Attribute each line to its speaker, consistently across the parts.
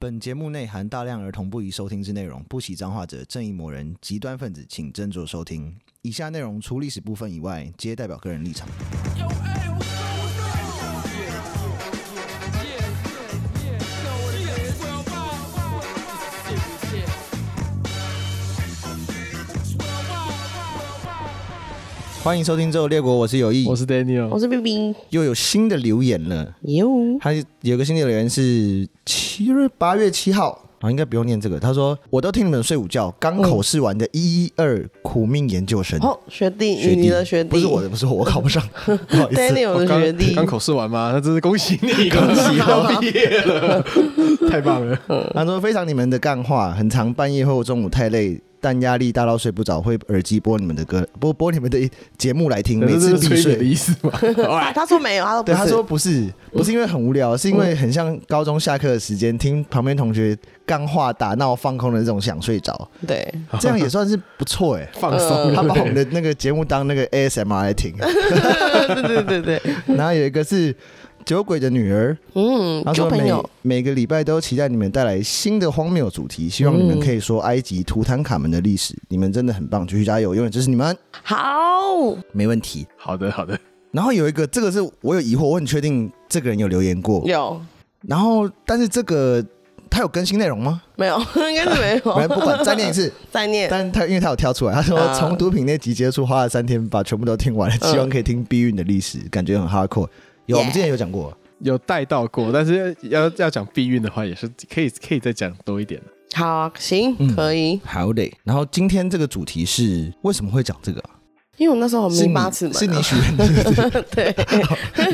Speaker 1: 本节目内含大量儿童不宜收听之内容，不喜脏话者、正义魔人、极端分子，请斟酌收听。以下内容除历史部分以外，皆代表个人立场。欢迎收听《之后列国》，我是有意，
Speaker 2: 我是 Daniel，
Speaker 3: 我是冰冰，
Speaker 1: 又有新的留言了。
Speaker 3: 哟，
Speaker 1: 他有个新的留言是七月八月七号啊，应该不用念这个。他说：“我都听你们睡午觉，刚考试完的一一二苦命研究生。
Speaker 3: 哦，学弟，
Speaker 1: 学弟
Speaker 3: 你的学弟，
Speaker 1: 不是我的，不是我，我考不 上，不好意思。
Speaker 3: ，Daniel
Speaker 2: 我
Speaker 3: 的
Speaker 2: 刚
Speaker 3: 学弟
Speaker 2: 刚，口试完吗？那真是恭喜 你，恭喜 要毕业了，太棒了！
Speaker 1: 他说非常你们的干话，很常半夜或中午太累，但压力大到睡不着，会耳机播你们的歌，播播你们的节目来嗯听，每
Speaker 2: 这
Speaker 1: 次必
Speaker 2: 是催你的
Speaker 1: 睡。
Speaker 2: 意思 吗？
Speaker 3: 啊他说没有，他说不
Speaker 1: 对，
Speaker 3: 是，嗯
Speaker 1: 他说不是，不是因为很无聊，是因为很像高中下课的时间，听旁边同学干话、打闹、放空的这种想睡着，
Speaker 3: 对，
Speaker 1: 这样也算是不错哎、
Speaker 2: 放
Speaker 3: 呃
Speaker 2: 松，
Speaker 1: 他把我们
Speaker 2: 的
Speaker 1: 的那个节目当那个 ASMR 来听，
Speaker 3: 对对对对， 对
Speaker 1: 然后有一个是酒鬼的女儿，
Speaker 3: 嗯
Speaker 1: 他，
Speaker 3: 交
Speaker 1: 说
Speaker 3: 朋
Speaker 1: 每
Speaker 3: 友，
Speaker 1: 每个礼拜都期待你们带来新的荒谬主
Speaker 3: 嗯
Speaker 1: 题，希望你们可以说埃及图坦卡门的历史。你们真的很棒，继续加油，永远支持你们，
Speaker 3: 好，
Speaker 1: 没问题。
Speaker 2: 好的好的，
Speaker 1: 然后有一个，这个是我有疑惑，我很确定这个人有留言过。
Speaker 3: 有
Speaker 1: 然后，但是这个他有更新内容 吗？
Speaker 3: 没有？应该是没
Speaker 1: 反正
Speaker 3: 有，
Speaker 1: 不管，再念一次。
Speaker 3: 再念，
Speaker 1: 但他因为他有挑出来，他说
Speaker 3: 啊嗯
Speaker 1: 从毒品那集结束花了三天把全部都听完了，希望可以听避孕的历史，感觉很 hardcore。有，我们
Speaker 3: Yeah
Speaker 1: 之前有讲过，
Speaker 2: 有带到过，但是要要讲避孕的话，也是可以可以再讲多一点的。
Speaker 3: 好，行
Speaker 1: 嗯，
Speaker 3: 可以，
Speaker 1: 好嘞。然后今天这个主题是为什么会讲这个啊？
Speaker 3: 因为我那时候我
Speaker 1: 是
Speaker 3: 们
Speaker 1: 你
Speaker 3: 八次
Speaker 1: 是
Speaker 3: 门
Speaker 1: 你
Speaker 3: 啊，
Speaker 1: 许愿的，
Speaker 3: 对，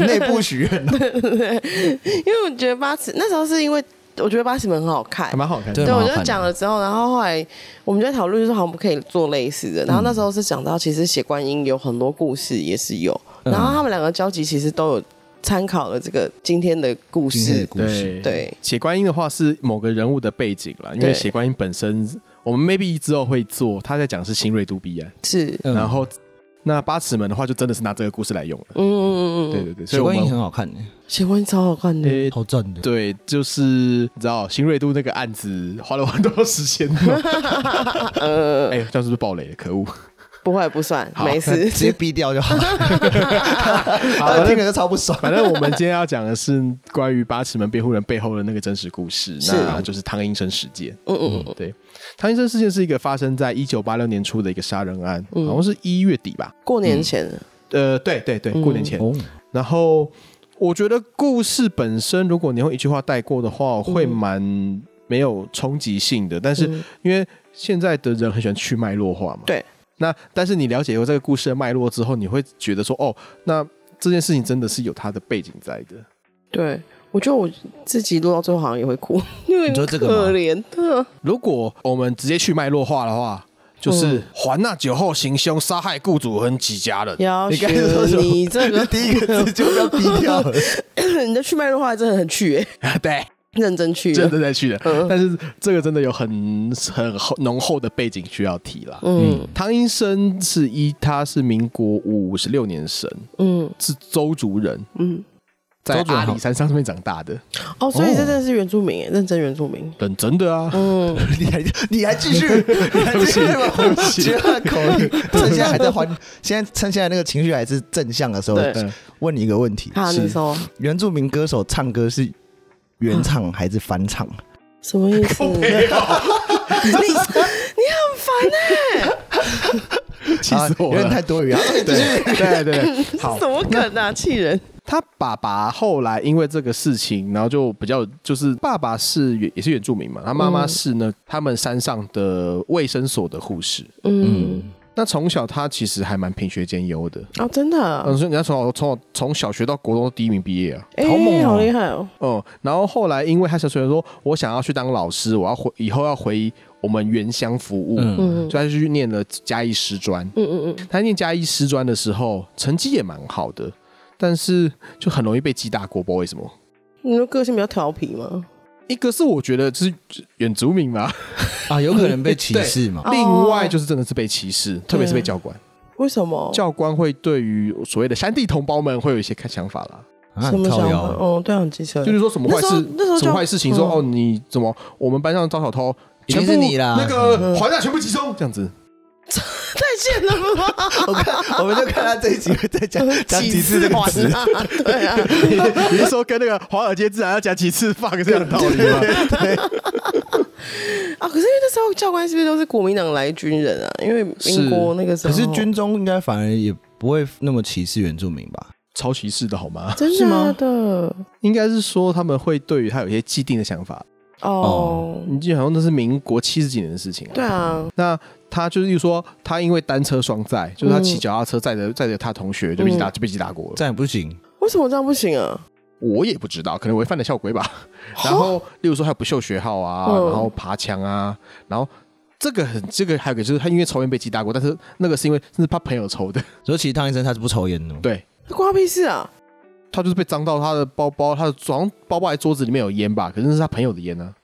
Speaker 1: 内部许愿 的。
Speaker 3: 因为我觉得八尺那时候是因为我觉得八尺门很好看
Speaker 2: 还，蛮好看的。
Speaker 1: 对啊
Speaker 3: 对，
Speaker 1: 蛮
Speaker 3: 我
Speaker 1: 好看
Speaker 3: 就
Speaker 1: 的
Speaker 3: 讲了之后，然后后来我们就在讨论，就说好，我们可以做类似的。然后那时候是讲到，其实写观音有很多故事也是有，
Speaker 1: 嗯
Speaker 3: 然后他们两个交集其实都有参考了这个今天的故
Speaker 1: 今天的
Speaker 3: 事。
Speaker 1: 故事，
Speaker 2: 对
Speaker 3: 对
Speaker 2: 写观音的话是某个人物的背景啦，因为
Speaker 3: 对
Speaker 2: 写观音本身，我们 maybe 之后会做。他在讲的是新锐都比案，
Speaker 3: 是，
Speaker 1: 嗯
Speaker 2: 然后那八尺门的话，就真的是拿这个故事来用了。
Speaker 3: 嗯嗯嗯
Speaker 2: 对
Speaker 3: 嗯，
Speaker 2: 对对，所
Speaker 1: 雪
Speaker 2: 以我
Speaker 1: 观音
Speaker 2: 们
Speaker 1: 很好看的，
Speaker 3: 写观音超好看的，
Speaker 2: 呃
Speaker 1: 好赞的。
Speaker 2: 对，就是你知道新锐都那个案子花了我很多时间弄，
Speaker 3: 呃，
Speaker 2: 哎、这样是不是爆雷了？可恶！
Speaker 3: 不会不算，没
Speaker 1: 直。
Speaker 3: 事
Speaker 1: 接逼掉就 好，
Speaker 2: 好
Speaker 3: 呃
Speaker 1: 他听了就超不爽。
Speaker 2: 反正我们今天要讲的是关于八尺门辩护人背后的那个真实故事，
Speaker 3: 是
Speaker 2: 那就是汤英生事件。
Speaker 3: 嗯嗯嗯，
Speaker 2: 对，汤英生事件是一个发生在一九八六年初的一个杀人案，
Speaker 3: 嗯
Speaker 2: 好像是一月底吧？
Speaker 3: 过年前
Speaker 1: 嗯
Speaker 2: 呃，对对对，
Speaker 3: 嗯
Speaker 2: 过年前。
Speaker 1: 哦
Speaker 2: 然后我觉得故事本身，如果你用一句话带过的话，会蛮没有冲击性的。但是
Speaker 3: 嗯
Speaker 2: 因为现在的人很喜欢去脉络化嘛，
Speaker 3: 对。
Speaker 2: 那但是你了解过这个故事的脉络之后，你会觉得说，哦，那这件事情真的是有它的背景在的。
Speaker 3: 对。我觉得我自己录到最后好像也会哭，因为
Speaker 1: 你说这个吗
Speaker 3: 可怜啊的，
Speaker 2: 如果我们直接去脉络化的话，
Speaker 3: 嗯
Speaker 2: 就是还那酒后行凶杀害雇主和几家人。
Speaker 3: 要
Speaker 1: 你
Speaker 3: 学
Speaker 1: 刚才说什么？
Speaker 3: 你这 个
Speaker 1: 第一个字就要逼掉了，
Speaker 3: 你的去脉络化真的很去、欸，
Speaker 2: 对，
Speaker 3: 认真去、
Speaker 2: 真的在去的。
Speaker 3: 嗯
Speaker 2: 但是这个真的有很很厚浓厚的背景需要提啦。
Speaker 3: 嗯
Speaker 2: 汤英生是一，他是民国五十六年生，
Speaker 3: 嗯
Speaker 2: 是邹族人，
Speaker 3: 嗯，
Speaker 2: 在
Speaker 1: 邹族人
Speaker 2: 阿
Speaker 1: 好
Speaker 2: 里山上面长大的，
Speaker 3: 哦，所以这真的是原住民耶，认真原住民。
Speaker 2: 认真的啊。
Speaker 3: 嗯，
Speaker 1: 你还你还继 续，你还继续吗？接他口音，趁现在还在还，现在趁现在那个情绪还是正向的时候
Speaker 3: 对，
Speaker 2: 嗯
Speaker 1: 问你一个问题：
Speaker 3: 好，你说
Speaker 1: 原住民歌手唱歌是原唱还是翻唱？
Speaker 3: 什么意思？你你很烦哎、
Speaker 2: 气死我
Speaker 1: 啊有点
Speaker 2: 了
Speaker 1: 太！多余啊！
Speaker 2: 对 对对对，好
Speaker 3: 这，什么梗啊，气人！
Speaker 2: 他爸爸后来因为这个事情，然后就比较就是爸爸是原也是原住民嘛，他妈妈是
Speaker 1: 嗯
Speaker 2: 呢、他们山上的卫生所的护士。
Speaker 3: 嗯，
Speaker 2: 那从小他其实还蛮品学兼优的，
Speaker 3: 哦，真的啊、
Speaker 2: 嗯，所以你要从小从小从小学到国中都第一名毕业啊。
Speaker 3: 哎、
Speaker 1: 好猛哦
Speaker 3: 好厉害哦！
Speaker 2: 哦、然后后来因为他小学说，我想要去当老师，我要回以后要回我们原乡服务，
Speaker 3: 嗯
Speaker 2: 所以他就去念了嘉义师专。
Speaker 3: 嗯嗯嗯，
Speaker 2: 他念嘉义师专的时候，成绩也蛮好的，但是就很容易被记大过，不知道为什么。
Speaker 3: 你的个性比较调皮吗？
Speaker 2: 一个是我觉得就是远足民嘛，
Speaker 1: 啊，有可能被歧视嘛？
Speaker 3: 哦嗯
Speaker 2: 另外就是真的是被歧视，特别是被教官，
Speaker 3: 为什么？
Speaker 2: 教官会对于所谓的山地同胞们会有一些看想法啦。
Speaker 1: 啊
Speaker 3: 什么
Speaker 1: 靠
Speaker 3: 想
Speaker 1: 腰
Speaker 3: 法？哦，对啊，很机车。
Speaker 2: 就是说什么坏
Speaker 3: 那时
Speaker 2: 事
Speaker 3: 候那时候，就
Speaker 2: 什么坏事情，说
Speaker 3: 嗯
Speaker 2: 哦，你怎么我们班上招小偷，
Speaker 1: 一定
Speaker 2: 全
Speaker 1: 是
Speaker 2: 部
Speaker 1: 你啦嗯
Speaker 2: 那个还价全部集中，这样子，
Speaker 3: 太贱了吧？
Speaker 1: 我看， 我们就看他这一集会再 讲讲几次这个
Speaker 3: 还
Speaker 1: 词。
Speaker 3: 啊？对啊，
Speaker 2: 你是说跟那个华尔街自然要讲几次 fuck 这样的道理吗？
Speaker 3: 啊，可是因为那时候教官是不是都是国民党来军人啊？因为民国那个时
Speaker 1: 可
Speaker 3: 候，
Speaker 1: 是军中应该反而也不会那么歧视原住民吧？
Speaker 2: 超歧视的好吗？
Speaker 3: 真
Speaker 2: 是
Speaker 3: 的
Speaker 2: 吗
Speaker 3: 假的
Speaker 2: 应该是说他们会对于他有一些既定的想法，
Speaker 3: 哦，
Speaker 2: 你记得好像那是民国七十几年的事情啊。
Speaker 3: 对啊，
Speaker 2: 那他就是，例如说，他因为单车双载，就是他骑脚踏车载着载着他同学，就被记
Speaker 3: 嗯
Speaker 2: 打，就被记打过了。
Speaker 1: 这样也不行。
Speaker 3: 为什么这样不行啊？
Speaker 2: 我也不知道，可能违反了校规吧。然后，例如说还有不秀学号啊，
Speaker 3: 哦嗯
Speaker 2: 然后爬墙啊，然后这个很这个还有一个就是他因为抽烟被记打过，但是那个是因为那是他朋友抽的，
Speaker 1: 所以其实汤医生他是不抽烟的。
Speaker 2: 对
Speaker 3: 那关他屁事啊！
Speaker 2: 他就是被脏到他的包包，他的好像包包还桌子里面有烟吧，可是那是他朋友的烟啊呢、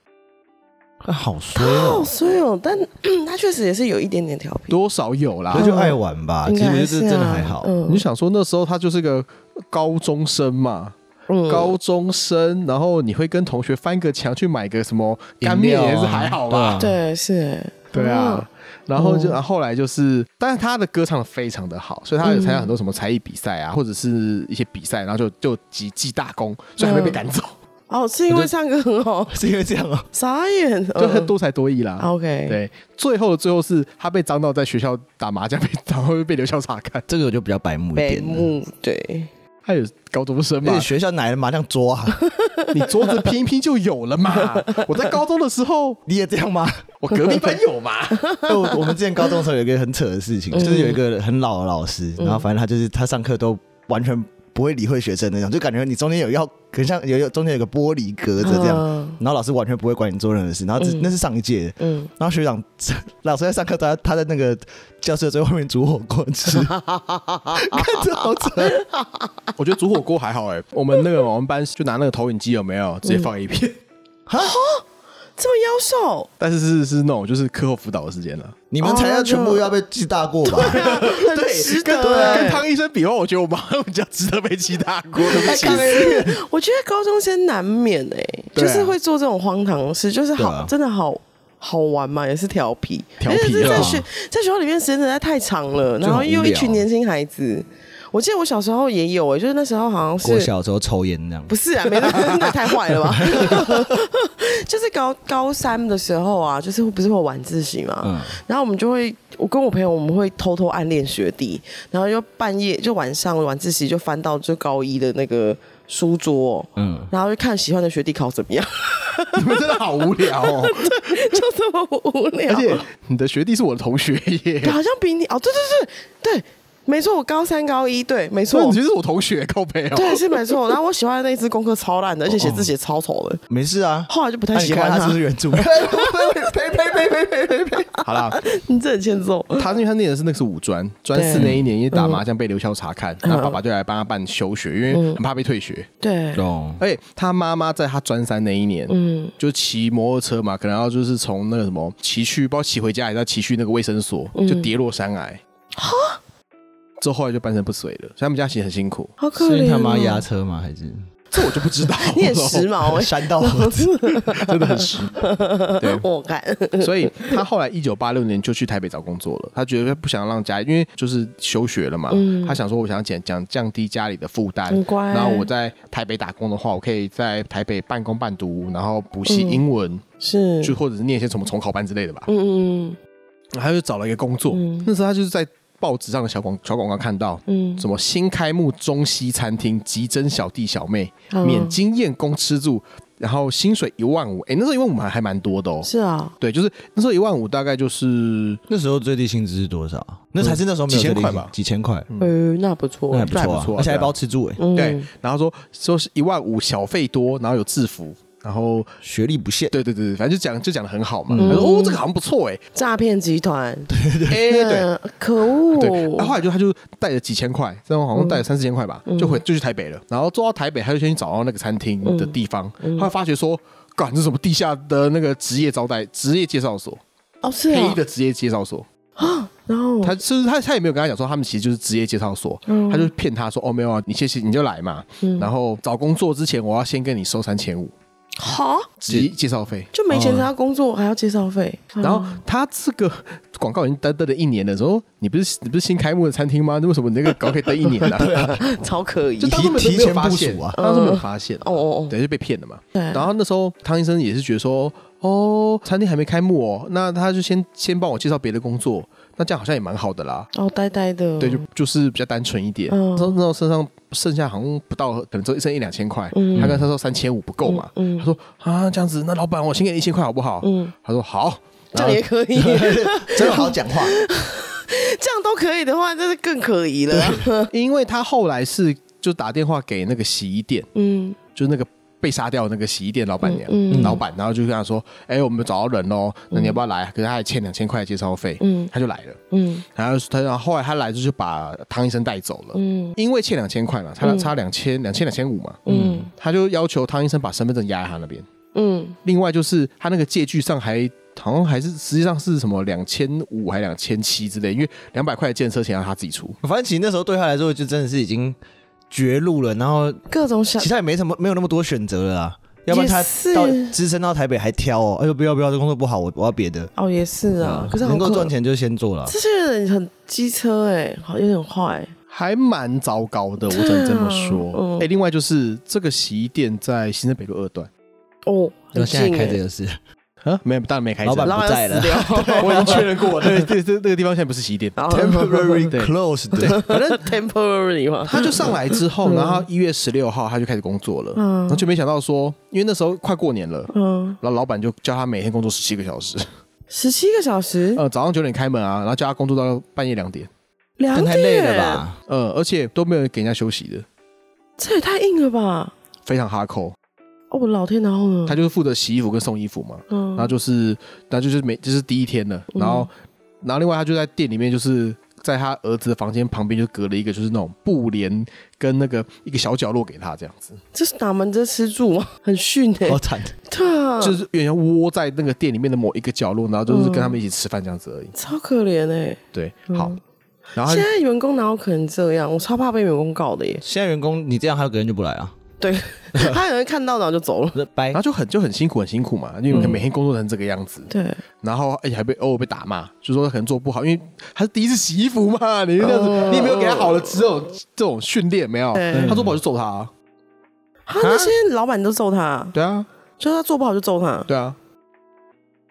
Speaker 1: 他好衰
Speaker 3: 他好
Speaker 2: 嗯
Speaker 1: 哦，
Speaker 3: 衰哦，但 他确实也是有一点点调皮，
Speaker 2: 多少有啦
Speaker 1: 他。就爱玩吧。
Speaker 3: 应
Speaker 1: 其实
Speaker 3: 该
Speaker 1: 我觉
Speaker 3: 还
Speaker 1: 得
Speaker 3: 是
Speaker 1: 这
Speaker 3: 啊
Speaker 1: 真的还好。
Speaker 2: 你
Speaker 3: 嗯
Speaker 2: 就想说那时候他就是个高中生嘛，
Speaker 3: 嗯
Speaker 2: 高啊中生，然后你会跟同学翻个墙去买个什么干
Speaker 1: 饮
Speaker 2: 面
Speaker 1: 料啊
Speaker 2: 也是还好吧？
Speaker 1: 对
Speaker 3: 对是欸，
Speaker 2: 嗯对啊，然后就、
Speaker 3: 哦
Speaker 2: 然后后来就是，但是他的歌唱的非常的好，所以他有参加很多什么才艺比赛啊，或者是一些比赛，然后就就集记大功，所以还会被赶走，
Speaker 3: 哦，是因为唱歌很好，
Speaker 1: 是 因为这样哦。
Speaker 3: 傻眼，
Speaker 2: 就很
Speaker 3: 嗯
Speaker 2: 多才多艺啦。
Speaker 3: OK，，
Speaker 2: 对，最后的最后是他被张到在学校打麻将，被然后被留校查看，
Speaker 1: 这个我就比较白目一
Speaker 3: 北
Speaker 1: 点了。
Speaker 3: 木对，
Speaker 2: 他有高中生
Speaker 1: 而
Speaker 2: 嘛
Speaker 1: 且，学校哪来的麻将桌啊？
Speaker 2: 你桌子拼一拼就有了嘛。我在高中的时 候，
Speaker 1: 你也这样吗？
Speaker 2: 我隔壁班有嘛。
Speaker 1: 哎我我们之前高中的时候有一个很扯的事情，
Speaker 3: 嗯
Speaker 1: 就是有一个很老的老师，然后反正他就是他上课都完全不会理会学生那种，就感觉你中间有要，很像有有中间有个玻璃隔着这样，
Speaker 3: 嗯
Speaker 1: 然后老师完全不会管你做任何事，然后只
Speaker 3: 嗯
Speaker 1: 那是上一届的，
Speaker 3: 嗯，
Speaker 1: 然后学长 老师在上课，他他在那个教室的最后面煮火锅 吃，看这好扯，
Speaker 2: 我觉得煮火锅还好哎、我们那个我们班就拿那个投影机有没有直接放 A 片，
Speaker 3: 这么妖兽，
Speaker 2: 但是是是那种就是课后辅导的时间啊了。
Speaker 1: 你们才要全部要被记大过
Speaker 3: 哦
Speaker 1: 吧？
Speaker 3: 很值
Speaker 2: 跟
Speaker 3: 得欸
Speaker 2: 跟汤医生比的话，我觉得我们好像比较值得被其他锅。对 不起
Speaker 3: 可是我觉得高中生难免哎、
Speaker 2: 对
Speaker 3: 就
Speaker 2: 啊
Speaker 3: 是会做这种荒唐的事，就是好、
Speaker 1: 对啊
Speaker 3: 真的好好玩嘛，也是调皮，
Speaker 2: 调皮
Speaker 3: 而且
Speaker 2: 对
Speaker 3: 这
Speaker 2: 啊
Speaker 3: 在学在学校里面时间实在太长了，
Speaker 1: 就很
Speaker 3: 然后又
Speaker 1: 无聊
Speaker 3: 一群年轻孩子，我记得我小时候也有哎、就是那时候好
Speaker 1: 我
Speaker 3: 像是。
Speaker 1: 小时候抽烟那样
Speaker 3: 不，是啊，没 那也太坏了 吧！ 就是高高三的时候啊，就是不是会有晚自习嘛，
Speaker 1: 嗯，
Speaker 3: 然后我们就会，我跟我朋友我们会偷偷暗恋学弟，然后就半夜就晚上晚自习就翻到就高一的那个书桌，哦
Speaker 1: 嗯
Speaker 3: 然后就看喜欢的学弟考怎么样，
Speaker 2: 你们真的好无聊哦！
Speaker 3: 就这么无聊。
Speaker 2: 而且你的学弟是我的同学耶，
Speaker 3: 好像比你哦，对对对对，没错，我高三高一，对，没
Speaker 2: 所以
Speaker 3: 错
Speaker 2: 你，就是我同学，靠背哦。
Speaker 3: 对是没错。然后我喜欢的那一次功课超烂的，而且写字写超丑的，
Speaker 1: 没事啊。
Speaker 3: 后来就不太
Speaker 1: 那你
Speaker 3: 喜
Speaker 1: 看
Speaker 3: 欢
Speaker 1: 他是不是原住民？
Speaker 3: 呸 呸呸呸呸呸呸！
Speaker 2: 好啦，
Speaker 3: 你 这很欠揍。
Speaker 2: 他因为他念的是那个是五专，专四
Speaker 3: 对嗯
Speaker 2: 那一年因为打麻将被留校查看，那爸爸就来帮他办休学，因为很怕被退学。
Speaker 3: 对，
Speaker 1: 懂
Speaker 2: 而且他妈妈在他专三那一年，
Speaker 3: 嗯
Speaker 2: 就骑摩托车嘛，可能要就是从那个什么骑去，不知道骑回家还是要骑去那个卫生所，
Speaker 3: 嗯
Speaker 2: 就跌落山崖。之后后来就半身不遂了，所以他们家其实很辛苦，
Speaker 3: 好可
Speaker 1: 是因
Speaker 3: 怜、
Speaker 1: 为
Speaker 3: 哦。
Speaker 1: 他妈压车吗？还是
Speaker 2: 这我就不知道
Speaker 3: 你很时
Speaker 2: 髦，
Speaker 3: 髦，
Speaker 1: 山道猴子？
Speaker 2: 真的很时对
Speaker 3: 我看，
Speaker 2: 所以他后来一九八六年就去台北找工作了。他觉得不想让家，因为就是休学了嘛，
Speaker 3: 嗯
Speaker 2: 他想说我想减降降低家里的负担
Speaker 3: 很，乖
Speaker 2: 然后我在台北打工的话，我可以在台北半工半读，然后补习英文，
Speaker 3: 是，
Speaker 2: 就或者是念一些什么重考班之类的吧。
Speaker 3: 嗯嗯
Speaker 2: 然后他就找了一个工作，
Speaker 3: 嗯
Speaker 2: 那时候他就是在报纸上的小广小广告看到。
Speaker 3: 嗯，
Speaker 2: 什么新开幕中西餐厅，急征小弟小妹，
Speaker 3: 嗯
Speaker 2: 免经验工吃住，然后薪水一万五，哎，那时候一万五还还蛮多的哦。
Speaker 3: 是啊，
Speaker 2: 对，就是嗯那时候一万五大概就是
Speaker 1: 那时候最低薪资是多少？那才是那时候没有
Speaker 2: 几
Speaker 1: 最
Speaker 2: 千
Speaker 1: 低薪
Speaker 2: 块吧
Speaker 1: 几千块，
Speaker 3: 呃，那不错
Speaker 1: 那，还不
Speaker 2: 那还
Speaker 1: 错
Speaker 2: 不错
Speaker 1: 啊，
Speaker 2: 啊
Speaker 1: 而且还
Speaker 2: 对啊
Speaker 1: 包吃住哎，
Speaker 3: 嗯，
Speaker 2: 对，然后说说是一万五小费多，然后有制服，然后
Speaker 1: 学历不限。
Speaker 2: 对对对对，反正就讲就讲的很好嘛。
Speaker 1: 嗯
Speaker 2: 他说哦，这个好像不错 哎，
Speaker 3: 诈骗集团，
Speaker 2: 哎对。
Speaker 3: 嗯可恶，
Speaker 2: 对，然后后来就他就带着几千块，这样好像带了三四千块吧，就回就去台北了。然后坐到台北，他就先去找到那个餐厅的地方，后来发觉说，干这是什么地下的那个职业招待、职业介绍所，
Speaker 3: 哦是
Speaker 2: 黑
Speaker 3: 啊，
Speaker 2: 的职业介绍所，
Speaker 3: 然后
Speaker 2: 他是他他也没有跟他讲说他们其实就是职业介绍所，他就骗他说哦没有啊，你谢谢你就来嘛，然后找工作之前我要先跟你收三千五
Speaker 3: 哈
Speaker 2: 职业介绍费，
Speaker 3: 就没钱参加工作，还要介绍费，
Speaker 2: 哦然后他这个广告已经登登了一年了，说你不是你不是新开幕的餐厅吗？那为什么你那个稿可以登一年呢、啊？
Speaker 3: 嗯超可疑
Speaker 2: 就。当时
Speaker 1: 提
Speaker 2: 没有
Speaker 1: 前
Speaker 2: 发
Speaker 1: 部
Speaker 2: 现
Speaker 1: 署啊
Speaker 2: 当时没有发现，
Speaker 3: 哦哦哦，
Speaker 2: 等于被骗了嘛。
Speaker 3: 对
Speaker 2: 然后那时候汤医生也是觉得说，哦，餐厅还没开幕哦，那他就先先帮我介绍别的工作，那这样好像也蛮好的啦。
Speaker 3: 哦，呆呆的，
Speaker 2: 对，就就是比较单纯一点。
Speaker 3: 嗯
Speaker 2: 那时候那时候身上剩下好像不到，可能只有剩一两千块。
Speaker 3: 嗯
Speaker 2: 他跟他说三千五不够嘛，
Speaker 3: 嗯
Speaker 2: 他说啊这样子，那老板我先给你一千块好不好？
Speaker 3: 嗯，
Speaker 2: 他说好，
Speaker 3: 这
Speaker 2: 然
Speaker 3: 样
Speaker 2: 后
Speaker 3: 也可 以，
Speaker 1: 真好讲 话，
Speaker 3: 这样都可以的话，这是更可疑了。
Speaker 2: 因为他后来是就打电话给那个洗衣店，
Speaker 3: 嗯
Speaker 2: 就是那个被杀掉的那个洗衣店老板娘，
Speaker 3: 嗯
Speaker 2: 老板，然后就跟他说：“哎、我们找到人喽，那你要不要来？”可是他还欠两千块的介绍费，
Speaker 3: 嗯
Speaker 2: 他就来了。
Speaker 3: 嗯
Speaker 2: 然后他然后后来他来就就把汤医生带走了，
Speaker 3: 嗯
Speaker 2: 因为欠两千块嘛，差差两千两千两千五嘛，
Speaker 3: 嗯
Speaker 2: 他就要求汤医生把身份证压在他那边。
Speaker 3: 嗯，
Speaker 2: 另外就是他那个借据上还好像还是实际上是什么两千五还两千七之类，因为两百块的建设钱要他自己出。
Speaker 1: 反正其实那时候对他来说就真的是已经绝路了，然后
Speaker 3: 各种想
Speaker 1: 其他也没什么没有那么多选择了啊，要不然他
Speaker 3: 也是
Speaker 1: 到资深到台北还挑哦，哎呦不要不要，这工作不好，我我要别的。
Speaker 3: 哦，也是啊，可是好
Speaker 1: 能够
Speaker 3: 可
Speaker 1: 赚，钱就先做了。
Speaker 3: 这些人很机车哎，好有点坏。
Speaker 2: 还蛮糟糕的，我只能这么说。哎、
Speaker 3: 嗯
Speaker 2: 另外就是这个洗衣店在新生北路二段
Speaker 3: 哦，很近欸
Speaker 1: 个是
Speaker 2: 啊，没有，当然没开
Speaker 1: 老板
Speaker 2: 着
Speaker 1: 不
Speaker 3: 老板
Speaker 1: 在了
Speaker 3: 死掉
Speaker 2: 我已经确认过了，对，这这这个地方现在不是洗衣店。
Speaker 3: 然后
Speaker 1: temporary
Speaker 2: 对
Speaker 1: closed，
Speaker 2: 反正
Speaker 3: temporary 嘛，
Speaker 2: 他就上来之后，然后一月十六号他就开始工作了，
Speaker 3: 嗯
Speaker 2: 然后就没想到说，因为那时候快过年了。
Speaker 3: 嗯，
Speaker 2: 然后老板就叫他每天工作十七个小时，
Speaker 3: 十七个小时，
Speaker 2: 呃，早上九点开门啊，然后叫他工作到半夜两点，
Speaker 3: 两欸
Speaker 1: 但
Speaker 3: 点
Speaker 1: 太累了？吧？
Speaker 2: 呃，而且都没有给人家休息的，
Speaker 3: 这也太硬了吧！
Speaker 2: 非常哈扣。
Speaker 3: 哦，我的老天，然后呢？
Speaker 2: 他就是负责洗衣服跟送衣服嘛，
Speaker 3: 嗯
Speaker 2: 然后就是，那就是每这、是第一天了，然后，
Speaker 3: 嗯
Speaker 2: 然后另外他就在店里面，就是在他儿子的房间旁边就隔了一个就是那种布帘跟那个一个小角落给他这样子，
Speaker 3: 这是哪门子吃住啊？ 很逊哎、
Speaker 1: 好惨，
Speaker 3: 对啊，
Speaker 2: 哦就是有点像窝在那个店里面的某一个角落，然后就是跟他们一起吃饭这样子而已。
Speaker 3: 超可怜哎、
Speaker 2: 对，
Speaker 3: 嗯
Speaker 2: 好，然后
Speaker 3: 现
Speaker 2: 他
Speaker 3: 在员工哪有可能这样？我超怕被员工告的耶。
Speaker 1: 现在员工你这样，还有个人就不来啊，
Speaker 3: 对，他有人看到然后就走了。
Speaker 1: 拜
Speaker 2: 然后。就很就很辛苦很辛苦嘛，因
Speaker 3: 嗯
Speaker 2: 为每天工作成这个样子，
Speaker 3: 对，
Speaker 2: 然后而且还被偶尔被打骂，就说他可能做不好，因为他是第一次洗衣服嘛，你这样子，
Speaker 3: 嗯
Speaker 2: 你也没有给他好的这种这种训练没有，
Speaker 3: 对
Speaker 2: 他做不好就揍他、啊，
Speaker 3: 他那些老板都揍他，
Speaker 2: 对啊，
Speaker 3: 就他做不好就揍他。
Speaker 2: 对啊。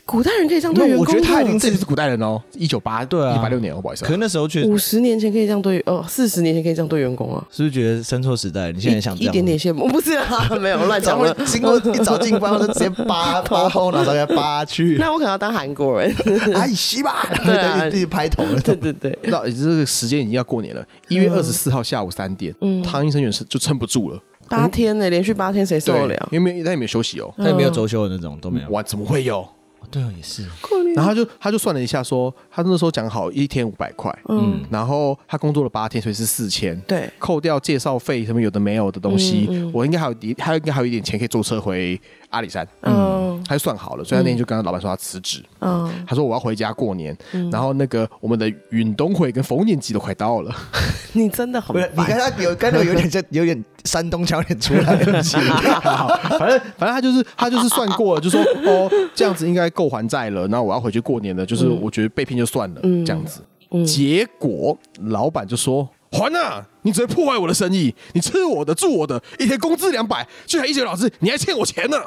Speaker 3: 古代人可以这样
Speaker 2: 没
Speaker 3: 对
Speaker 2: 有，
Speaker 3: 员
Speaker 2: 我
Speaker 3: 工啊
Speaker 2: 觉得他已经
Speaker 3: 的，
Speaker 2: 这也不是古代人哦，一九八
Speaker 1: 对啊
Speaker 2: 一八六年哦，不好意思、
Speaker 1: 可
Speaker 2: 啊
Speaker 1: 是，那时候却
Speaker 3: 五十年前可以这样对，呃，四十年前可以这样对员工啊。
Speaker 1: 是不是觉得生错时代了？你现在想这
Speaker 3: 一
Speaker 1: 样
Speaker 3: 点点羡慕，不是啊， 没有乱讲了
Speaker 1: 然。后经过一早进班，我就直接扒扒后脑勺给他扒去，
Speaker 3: 那我可能要当韩国人。
Speaker 1: 哎洗吧，
Speaker 3: 对啊
Speaker 1: 一直拍头了。
Speaker 3: 对对 对，
Speaker 2: 那这个时间已经要过年了，一月二十四号下午三点，
Speaker 3: 嗯
Speaker 2: 汤医生也是就撑不住了，
Speaker 3: 八天呢、连续八天谁受得了？
Speaker 2: 因为没有他也没有休息哦，
Speaker 1: 他也没有周休的那种都没有。
Speaker 2: 哇，怎么会有？
Speaker 1: 对啊，也是。
Speaker 3: 过年
Speaker 2: 然后他就他就算了一下说，他那时候讲好一天五百块，
Speaker 3: 嗯，
Speaker 2: 然后他工作了八天，所以是四千，
Speaker 3: 对，
Speaker 2: 扣掉介绍费什么有的没有的东西，
Speaker 3: 嗯嗯
Speaker 2: 我应该还有一还有应该还有一点钱可以坐车回阿里山，
Speaker 3: 嗯
Speaker 2: 他就算好了，所以他那天就跟他老板说他辞职，
Speaker 3: 嗯，
Speaker 2: 他说我要回家过年，然后那个我们的运动会跟逢年祭都快到了，
Speaker 3: 你真的很
Speaker 1: 不是，你
Speaker 3: 烦
Speaker 1: 看他有，刚才有点像，有点山东腔有点出来， 对不起。
Speaker 2: 反正反正他就是他就是算过了，就说哦这样子应该够还债了，那我要回去过年了，就是我觉得被骗就算了、这样子。
Speaker 3: 嗯
Speaker 2: 结果老板就说还啊，你只会破坏我的生意，你吃我的住我的，一天工资两百，就还一九老师，你还欠我钱呢。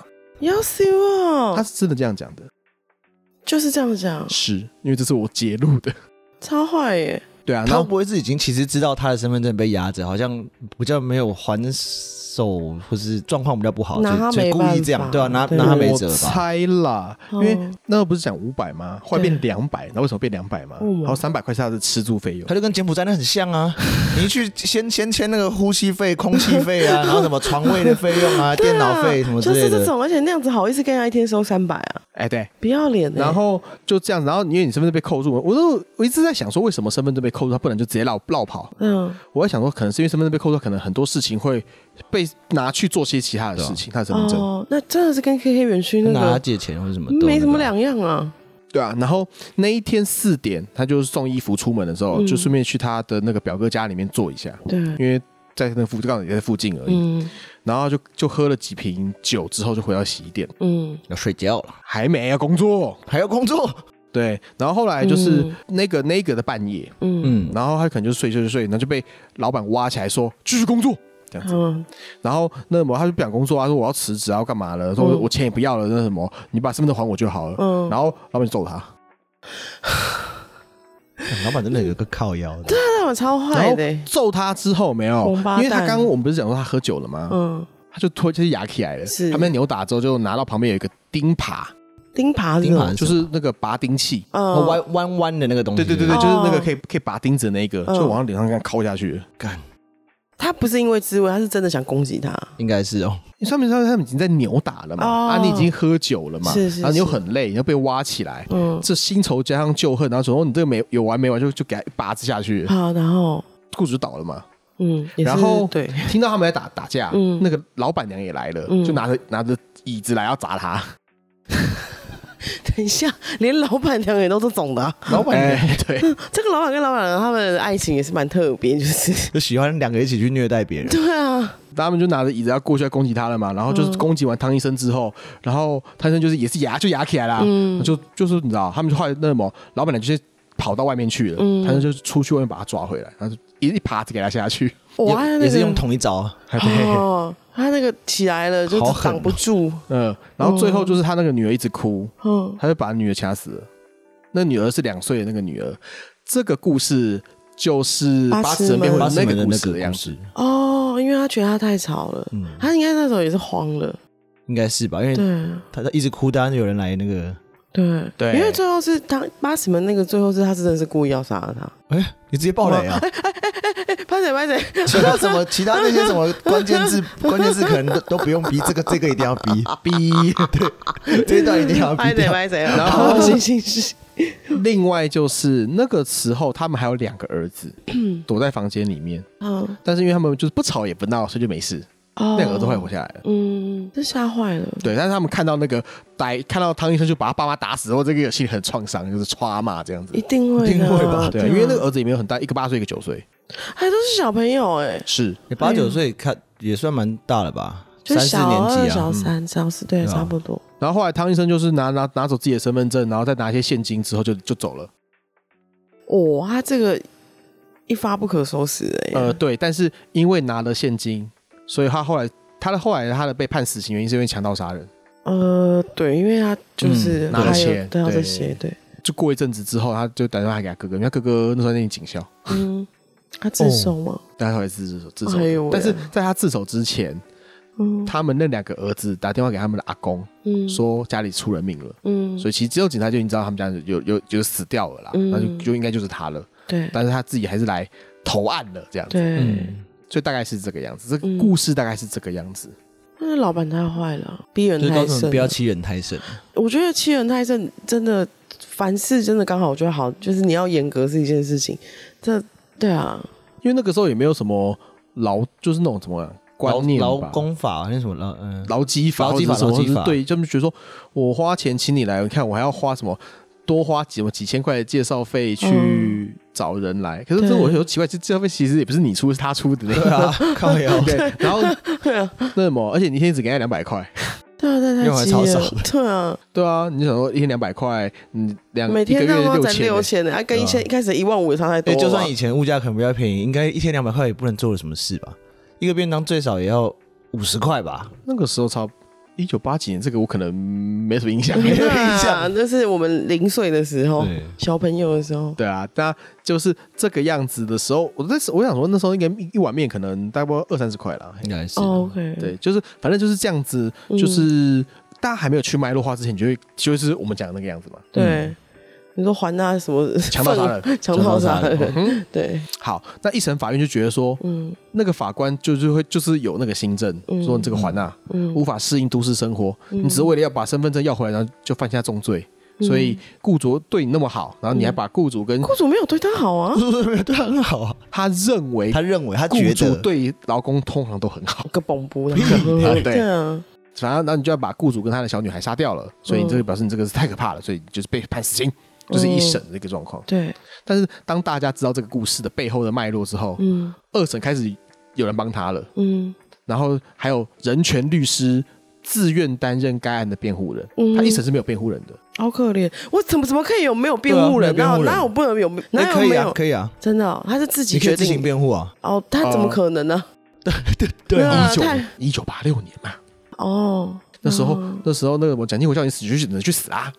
Speaker 3: 要死我！
Speaker 2: 他是真的这样讲的，
Speaker 3: 就是这样讲，
Speaker 2: 是因为这是我揭露的。
Speaker 3: 超坏耶！
Speaker 2: 对啊，然
Speaker 1: 他
Speaker 2: 后
Speaker 1: 会不会是已经其实知道他的身份证被压着，好像比较没有还手，或是状况比较不好，
Speaker 3: 拿他
Speaker 1: 所以所以
Speaker 3: 没
Speaker 1: 故
Speaker 3: 办
Speaker 1: 意这
Speaker 3: 法
Speaker 1: 样，对啊，拿
Speaker 3: 对
Speaker 1: 拿他没
Speaker 2: 我
Speaker 1: 辙吧？
Speaker 2: 猜啦，因为
Speaker 3: 嗯
Speaker 2: 那个不是讲五百吗？后来变两百，那为什么变两百嘛？
Speaker 3: 嗯
Speaker 2: 然后三百块是他的吃住费用。
Speaker 1: 他就跟柬埔寨那很像啊，你去先先签那个呼吸费、空气费啊，然后什么床位的费用啊、
Speaker 3: 对啊
Speaker 1: 电脑费什么之
Speaker 3: 就
Speaker 1: 类
Speaker 3: 是这
Speaker 1: 的。
Speaker 3: 种，而且那样子好意思跟人家一天收三百啊，
Speaker 2: 哎，对，
Speaker 3: 不要脸的。欸
Speaker 2: 然后就这样子，然后因为你身份证被扣住，我都我一直在想说，为什么身份证被扣住，他不能就直接绕绕跑？
Speaker 3: 嗯，
Speaker 2: 我在想说，可能是因为身份证被扣住，可能很多事情会被拿去做些其他
Speaker 1: 啊
Speaker 3: 哦
Speaker 2: 的事情，他的身份证。
Speaker 3: 哦，那真的是跟 KK 园区那
Speaker 1: 拿他
Speaker 3: 个
Speaker 1: 借钱或者什么，
Speaker 3: 没什么。两样啊。
Speaker 2: 对啊，然后那一天四点，他就是送衣服出门的时候，就顺便去他的那个表哥家里面坐一下，
Speaker 3: 对，
Speaker 2: 因为在那附刚好也在附近而已。
Speaker 3: 嗯
Speaker 2: 然后就就喝了几瓶酒之后，就回到洗衣店，
Speaker 3: 嗯
Speaker 1: 要睡觉了，
Speaker 2: 还没要工作。
Speaker 1: 还要工作，
Speaker 2: 对，然后后来就是
Speaker 3: 嗯
Speaker 2: 那个那个的半夜，
Speaker 3: 嗯
Speaker 1: 嗯，
Speaker 2: 然后他可能就睡睡睡睡，然后就被老板挖起来说继续工作这样子。
Speaker 3: 嗯
Speaker 2: 然后那么他就不想工作，他说我要辞职啊，要干嘛了？说我
Speaker 3: 嗯
Speaker 2: 我钱也不要了，那什么，你把身份证还我就好了。
Speaker 3: 嗯
Speaker 2: 然后老板就揍他，
Speaker 1: 嗯老板真的有个靠腰的，
Speaker 3: 那老板超
Speaker 2: 然
Speaker 3: 坏
Speaker 2: 后
Speaker 3: 的欸、
Speaker 2: 揍他之后没有，
Speaker 3: 王八蛋
Speaker 2: 因为他刚刚我们不是讲说他喝酒了吗？
Speaker 3: 嗯，
Speaker 2: 他就拖就是牙起来了，
Speaker 3: 是
Speaker 2: 他们扭打之后就拿到旁边有一个钉耙，
Speaker 3: 钉耙是
Speaker 1: 钉
Speaker 3: 什么
Speaker 1: 耙
Speaker 2: 就是那个拔钉器。
Speaker 1: 然后
Speaker 3: 嗯，
Speaker 1: 哦弯弯弯的那个东西，
Speaker 2: 对对对对，
Speaker 1: 哦
Speaker 2: 就是那个可以可以拔钉子的那个，
Speaker 3: 嗯
Speaker 2: 就往他脸上这样敲下去。
Speaker 1: 干，
Speaker 3: 他不是因为滋味，他是真的想攻击他。
Speaker 1: 应该是哦，
Speaker 2: 你上面上面他们已经在扭打了嘛，
Speaker 3: 哦
Speaker 2: 啊，你已经喝酒了嘛，
Speaker 3: 是是
Speaker 2: 然后你又
Speaker 3: 是
Speaker 2: 很累，你又被挖起来，
Speaker 3: 嗯，
Speaker 2: 这新仇加上旧恨，然后说哦你这个没有完没完，就就给他一巴子下去，
Speaker 3: 好，然后
Speaker 2: 雇主就倒了嘛。
Speaker 3: 嗯，也
Speaker 2: 嗯
Speaker 3: 是
Speaker 2: 然后
Speaker 3: 对，
Speaker 2: 听到他们在打打架，
Speaker 3: 嗯
Speaker 2: 那个老板娘也来了，
Speaker 3: 嗯
Speaker 2: 就拿着拿着椅子来要砸他。
Speaker 3: 等一下，连老板娘也都是懂的啊、
Speaker 1: 老板娘
Speaker 2: 哎， 对，
Speaker 3: 这个老板跟老板娘他们的爱情也是蛮特别，就是
Speaker 1: 就喜欢两个一起去虐待别人，
Speaker 3: 对啊，
Speaker 2: 他们就拿着椅子要过去要攻击他了嘛，然后
Speaker 3: 嗯
Speaker 2: 就是攻击完汤医生之后，然后汤医生就是也是牙就牙起来啦，
Speaker 3: 嗯
Speaker 2: 就就是你知道，他们就后来那什么，老板娘就是跑到外面去了，
Speaker 3: 嗯
Speaker 2: 他就出去外面把他抓回来，然后就一一耙子给他下去，
Speaker 1: 也
Speaker 3: 哇，他那个
Speaker 1: 也是用同一招 啊，
Speaker 3: 哦，他那个起来了就
Speaker 1: 好狠
Speaker 3: 挡不住，
Speaker 2: 嗯，然后最后就是他那个女儿一直哭，
Speaker 3: 嗯，
Speaker 2: 他就把女儿掐死了。那女儿是两岁的那个女儿，这个故事就是
Speaker 3: 八
Speaker 2: 八
Speaker 3: 尺
Speaker 2: 尺门变
Speaker 3: 门
Speaker 2: 回
Speaker 1: 八
Speaker 2: 那
Speaker 1: 十门
Speaker 2: 个
Speaker 1: 的
Speaker 2: 故
Speaker 1: 那
Speaker 2: 事
Speaker 1: 个
Speaker 2: 的
Speaker 1: 故
Speaker 2: 样子。
Speaker 1: 事，
Speaker 3: 哦，因为他觉得他太吵了，
Speaker 1: 嗯，
Speaker 3: 他应该那时候也是慌了，
Speaker 1: 应该是吧，因为
Speaker 3: 对
Speaker 1: 他他一直哭，当然有人来那个，
Speaker 3: 对
Speaker 2: 对
Speaker 3: 因为最后是他八尺门那个最后是他是真的是故意要杀了他，
Speaker 1: 哎，你直接爆雷啊！
Speaker 3: 拍谁拍谁，
Speaker 1: 其他什么，其他那些什么关键字，关键字可能都都不用逼，这个这个一定要逼逼， 对，这一段一定 要逼
Speaker 3: 拍谁
Speaker 1: 掉。
Speaker 3: 拍谁，
Speaker 2: 然 后
Speaker 3: 行行行，
Speaker 2: 另外就是那个时候，他们还有两个儿子躲在房间里面，
Speaker 3: 嗯，
Speaker 2: 但是因为他们就是不吵也不闹，所以就没事。那
Speaker 3: 哦
Speaker 2: 两个儿子后来活下来了。
Speaker 3: 嗯，这吓坏了，
Speaker 2: 对，但是他们看到那个呆，看到汤医生就把他爸妈打死，然后这个心里很创伤，就是歘嘛这样子
Speaker 3: 一。定会的啊，
Speaker 1: 一定会吧
Speaker 2: 对，
Speaker 3: 啊
Speaker 2: 因为那个儿子也没有很大，一个八岁，一个九岁，
Speaker 3: 还都是小朋友哎，
Speaker 2: 是
Speaker 1: 你八九岁看也算蛮大了吧，
Speaker 3: 就
Speaker 1: 三
Speaker 3: 是
Speaker 1: 四
Speaker 3: 小
Speaker 1: 年
Speaker 3: 二、
Speaker 1: 级啊
Speaker 3: 小，三、小四，对，
Speaker 1: 对啊
Speaker 3: 差不多。
Speaker 2: 然后后来汤医生就是拿拿拿走自己的身份证，然后再拿一些现金之后就就走了。
Speaker 3: 哦，他这个一发不可收拾哎、
Speaker 2: 呃，对，但是因为拿了现金，所以他后来他的后来他的被判死刑原因是因为强盗杀人。
Speaker 3: 呃，对，因为他就是
Speaker 1: 嗯
Speaker 2: 拿了
Speaker 3: 还有
Speaker 2: 钱
Speaker 3: 对，他
Speaker 2: 对
Speaker 3: 这些，对，
Speaker 2: 就过一阵子之后，他就打电话给他哥哥，因为他哥哥那时候在念警校，
Speaker 3: 嗯，他自首吗？
Speaker 2: 但他后来自首自首
Speaker 3: 哎呦
Speaker 2: 的
Speaker 3: 喂。
Speaker 2: 但是在他自首之前，
Speaker 3: 嗯
Speaker 2: 他们那两个儿子打电话给他们的阿公，
Speaker 3: 嗯
Speaker 2: 说家里出人命了。
Speaker 3: 嗯，
Speaker 2: 所以其实只有警察就已经知道他们家有有就是死掉了啦，
Speaker 3: 嗯
Speaker 2: 那就就应该就是他了，
Speaker 3: 对
Speaker 2: 但是他自己还是来投案了这样子，
Speaker 3: 对，
Speaker 1: 嗯，
Speaker 2: 所以大概是这个样子，这
Speaker 3: 嗯
Speaker 2: 个故事大概是这个样子。
Speaker 3: 但是老板太坏了，逼人
Speaker 1: 就是
Speaker 3: 太
Speaker 1: 告诉你
Speaker 3: 甚
Speaker 1: 们不要
Speaker 3: 了。
Speaker 1: 欺人太甚，
Speaker 3: 我觉得欺人太甚，真的凡事真的刚好，我觉得好，就是你要严格是一件事情，这对啊，
Speaker 2: 因为那个时候也没有什么劳，就是那种什么观念吧
Speaker 1: 劳劳工法那什么劳嗯
Speaker 2: 劳基法，
Speaker 1: 劳基法
Speaker 2: 或者什么
Speaker 1: 劳基法
Speaker 2: 对，他们觉得说我花钱请你来，你看我还要花什么多花几几千块的介绍费去
Speaker 3: 嗯
Speaker 2: 找人来，可是
Speaker 3: 对
Speaker 2: 这我有时候奇怪，这介绍费其实也不是你出，是他出的那
Speaker 1: 对
Speaker 2: 个。
Speaker 1: 啊，靠腰，
Speaker 2: 对，然后
Speaker 3: 对啊，
Speaker 2: 那什么，而且你一天只给他两百块，
Speaker 3: 对啊，对
Speaker 1: 用
Speaker 3: 啊，太
Speaker 1: 来
Speaker 3: 欺
Speaker 1: 嘲
Speaker 3: 人
Speaker 1: 笑
Speaker 3: 了，对啊，
Speaker 2: 对啊，你想说一天两百块，你两
Speaker 3: 每天
Speaker 2: 一个
Speaker 3: 他
Speaker 2: 月
Speaker 3: 妈
Speaker 2: 六
Speaker 3: 才
Speaker 2: 千
Speaker 3: 六
Speaker 2: 欸，
Speaker 3: 千呢，还跟
Speaker 1: 对
Speaker 3: 一
Speaker 1: 啊
Speaker 3: 千一开始一万五也差太多
Speaker 1: 对，
Speaker 3: 了吧，
Speaker 1: 哎就算以前物价可能比较便宜，应该一天两百块也不能做了什么事吧？一个便当最少也要五十块吧？
Speaker 2: 那个时候差一九八几年，这个我可能没什么印象。
Speaker 1: 有 印
Speaker 3: 啊，
Speaker 1: 象
Speaker 3: 那是我们零岁的时候，
Speaker 1: 对，
Speaker 3: 小朋友的时候，
Speaker 2: 对啊，那就是这个样子的时候，我那时我想说那时候应该一一碗面可能大概二三十块啦。
Speaker 1: 应该是啊
Speaker 3: 哦，OK，
Speaker 2: 对，就是反正就是这样子，
Speaker 3: 嗯
Speaker 2: 就是大家还没有去脉络化之前，你就会就是我们讲的那个样 子嘛，
Speaker 1: 嗯
Speaker 3: 对，你说还那什么
Speaker 2: 强盗杀人。
Speaker 3: 人， 强盗杀
Speaker 1: 强盗
Speaker 3: 人，
Speaker 2: 嗯，
Speaker 3: 对，
Speaker 2: 好，那一审法院就觉得说，
Speaker 3: 嗯
Speaker 2: 那个法官就是会就是有那个新政，
Speaker 3: 嗯
Speaker 2: 说你这个环啊
Speaker 3: 嗯
Speaker 2: 无法适应都市生活，
Speaker 3: 嗯
Speaker 2: 你只是为了要把身份证要回来，然后就犯下重罪，所
Speaker 3: 嗯
Speaker 2: 以雇主对你那么好，然后你还把雇主跟
Speaker 3: 雇主没有对他 好啊，
Speaker 1: 不是不 是，对他很好啊，
Speaker 2: 他认为
Speaker 1: 他认为他
Speaker 2: 雇
Speaker 1: 觉
Speaker 2: 主
Speaker 1: 得
Speaker 2: 对劳工通常都很好，
Speaker 3: 个蹦布的，
Speaker 1: 屁
Speaker 3: 嗯
Speaker 2: 对
Speaker 3: 对啊，
Speaker 2: 反正那你就要把雇主跟他的小女孩杀
Speaker 3: 嗯
Speaker 2: 掉了，所以你这个表示你这个是太可怕了，所以你就是被判死刑，就是一审的一个状况。
Speaker 3: 对，
Speaker 2: 但是当大家知道这个故事的背后的脉络之后，
Speaker 3: 嗯
Speaker 2: 二审开始有人帮他了，
Speaker 3: 嗯
Speaker 2: 然后还有人权律师自愿担任该案的辩护人，
Speaker 3: 嗯
Speaker 2: 他一审是没有辩护人的，
Speaker 3: 好可怜，我怎么怎么可以有没有辩护人？
Speaker 1: 对啊
Speaker 3: 哪
Speaker 1: 没有辩护
Speaker 3: 有
Speaker 1: 人
Speaker 3: 哪有不能有？
Speaker 1: 那
Speaker 3: 哪有
Speaker 1: 可以
Speaker 3: 没
Speaker 1: 啊，
Speaker 3: 有？
Speaker 1: 可以啊，
Speaker 3: 真的哦，他是自己
Speaker 1: 你可以
Speaker 3: 决
Speaker 1: 自行
Speaker 3: 定
Speaker 1: 辩护啊。
Speaker 3: 哦，他怎么可能呢？
Speaker 1: 对
Speaker 3: 啊
Speaker 2: 一九
Speaker 3: 太
Speaker 2: 一九八六年嘛，
Speaker 3: 哦，
Speaker 2: 那时候那时候那个什么蒋经国叫你死就去去死啊，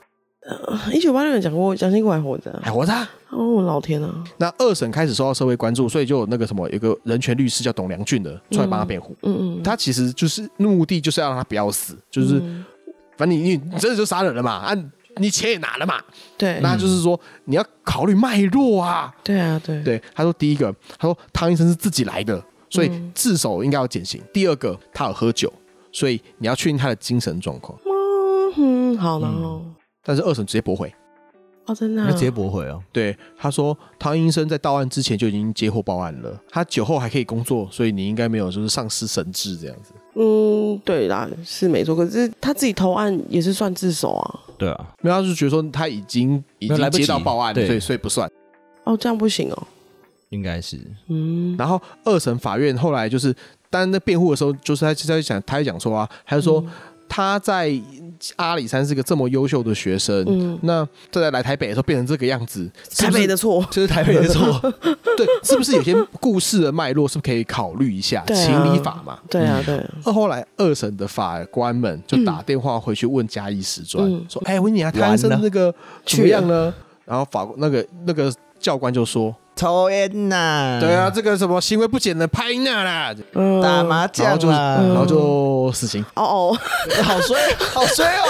Speaker 3: 一九八六年讲过，蒋经国还活着啊。
Speaker 2: 还活着、啊。
Speaker 3: 哦，老天啊！
Speaker 2: 那二审开始受到社会关注，所以就有那个什么，有个人权律师叫董良俊的出来帮他辩护。
Speaker 3: 嗯嗯，
Speaker 2: 他其实就是目的就是要让他不要死，就是、
Speaker 3: 嗯
Speaker 2: 反正你你你真的就杀人了嘛，啊，你钱也拿了嘛，
Speaker 3: 对
Speaker 1: 嗯
Speaker 2: 那就是说你要考虑脉络啊。
Speaker 3: 对啊对
Speaker 2: 对，他说第一个，他说汤医生是自己来的，所以
Speaker 1: 嗯
Speaker 2: 自首应该要减刑。第二个，他有喝酒，所以你要确定他的精神状况。
Speaker 3: 嗯哼，好然后
Speaker 2: 但是二审直接驳回，
Speaker 3: 哦，真的
Speaker 1: 嗯
Speaker 3: 啊
Speaker 1: 那直接驳回哦。
Speaker 2: 对，他说汤医生在到案之前就已经接获报案了，他酒后还可以工作，所以你应该没有就是丧失神智这样子。
Speaker 3: 嗯，对啦，是没错。可是他自己投案也是算自首啊。
Speaker 1: 对啊，
Speaker 2: 没有，他就觉得说他已经已
Speaker 1: 没有来
Speaker 2: 经
Speaker 1: 不
Speaker 2: 接
Speaker 1: 及
Speaker 2: 到报案，
Speaker 1: 对
Speaker 2: 所以所以不算。
Speaker 3: 哦，这样不行哦。
Speaker 1: 应该是
Speaker 3: 嗯，
Speaker 2: 然后二审法院后来就是，当然那辩护的时候，就是他他就讲，他就讲说啊，他就
Speaker 3: 嗯
Speaker 2: 说他在阿里山是个这么优秀的学生，
Speaker 3: 嗯
Speaker 2: 那在来台北的时候变成这个样子，是
Speaker 3: 台
Speaker 2: 不是
Speaker 3: 北的错，
Speaker 1: 就是台北的错，
Speaker 2: 对，是不是有些故事的脉络是不是可以考虑一下
Speaker 3: 对啊
Speaker 2: 情理法嘛？
Speaker 3: 对啊对啊，
Speaker 2: 那后来二审的法官们就打电话回去问嘉义石专，
Speaker 3: 嗯
Speaker 2: 说：“哎、我问你啊，
Speaker 1: 完
Speaker 2: 他
Speaker 1: 了
Speaker 2: 生那个怎么样呢？”然后法那个那个教官就说
Speaker 1: 抽烟呐：“，
Speaker 2: 对啊，，这个什么行为不检的拍那啦，
Speaker 3: 嗯，
Speaker 1: 打麻
Speaker 2: 然后
Speaker 1: 将
Speaker 2: 就、然
Speaker 1: 啦，
Speaker 2: 后就死刑。
Speaker 3: 哦哦，
Speaker 1: 好衰，好衰哦。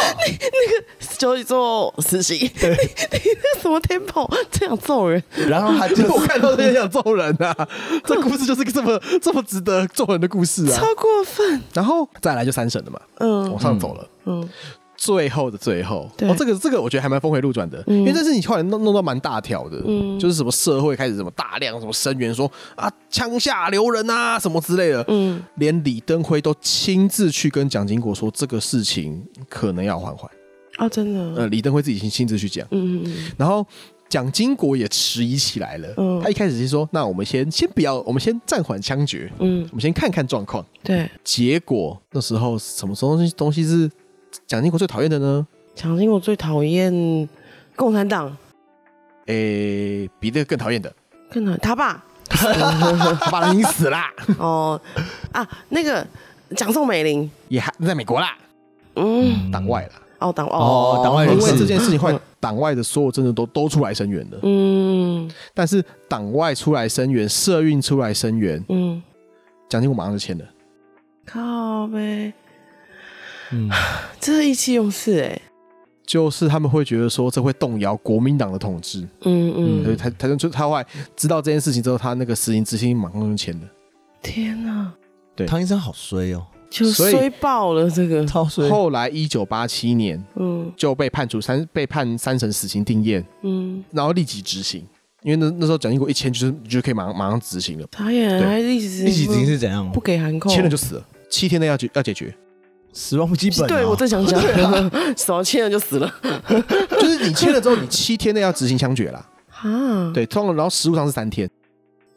Speaker 3: 就是做死刑， 你那什么 tempo 这样揍人？
Speaker 1: 然后他就
Speaker 2: 我看到这也想揍人啊！ 这故事就是个这么这么值得揍人的故事啊！
Speaker 3: 超过分。
Speaker 2: 然后再来就三审了嘛，
Speaker 3: 嗯
Speaker 2: 往上走了。
Speaker 3: 嗯，
Speaker 2: 最后的最后，
Speaker 3: 对
Speaker 2: 哦，这个这个我觉得还蛮峰回路转的，因为这是你后来弄弄到蛮大条的，
Speaker 3: 嗯
Speaker 2: 就是什么社会开始什么大量什么声援说啊枪下留人啊什么之类的，
Speaker 3: 嗯，
Speaker 2: 连李登辉都亲自去跟蒋经国说这个事情可能要缓缓，
Speaker 3: 啊，真的，
Speaker 2: 呃，李登辉自己亲亲自去讲，
Speaker 3: 嗯嗯
Speaker 2: 然后。蒋经国也迟疑起来了，
Speaker 3: 嗯
Speaker 2: 他一开始是说：“那我们先先不要，我们先暂缓枪决，
Speaker 3: 嗯，
Speaker 2: 我们先看看状况。”
Speaker 3: 对，
Speaker 2: 结果那时候什么东西东西是蒋经国最讨厌的呢？
Speaker 3: 蒋经国最讨厌共产党，
Speaker 2: 诶、比这个更讨厌的，
Speaker 3: 更讨他爸
Speaker 2: 他把人已经死啦，
Speaker 3: 哦啊，那个蒋宋美龄，
Speaker 2: 也还在美国啦，
Speaker 3: 嗯，
Speaker 2: 党外啦。
Speaker 3: 哦党
Speaker 1: 哦党外
Speaker 2: 因
Speaker 1: 人
Speaker 2: 为
Speaker 1: 士
Speaker 2: 这件事情，后来党外的所有政治都都出来声援的，
Speaker 3: 嗯
Speaker 2: 但是党外出来声援，社运出来声援，
Speaker 3: 嗯，
Speaker 2: 蒋经国马上就签了。
Speaker 3: 靠呗，
Speaker 1: 嗯
Speaker 3: 这是意气用事哎，
Speaker 2: 就是他们会觉得说这会动摇国民党的统治，
Speaker 3: 嗯嗯，
Speaker 2: 所以他他就他后来知道这件事情之后，他那个实行执行马上就签了。
Speaker 3: 天哪，
Speaker 1: 唐医生好衰哦，
Speaker 3: 就
Speaker 2: 所以
Speaker 3: 衰爆了这个，
Speaker 1: 超衰
Speaker 2: 后来一九八七年
Speaker 3: 嗯
Speaker 2: 就被判处三被判三审死刑定谳，
Speaker 3: 嗯，
Speaker 2: 然后立即执行，因为那那时候蒋经国一签就是就可以马上马上执行了。
Speaker 3: 他也
Speaker 2: 对
Speaker 3: 还一直
Speaker 1: 一起已经是怎样？
Speaker 3: 不给函扣，
Speaker 2: 签了就死了，七天内要解要解决，
Speaker 1: 死亡不基本啊。
Speaker 3: 对我正想讲，
Speaker 2: 啊
Speaker 3: 少签了 就死了
Speaker 2: 就是你签了之后，你七天内要执行枪决啦。
Speaker 3: 啊，，
Speaker 2: 对，通常然后实务上是三天。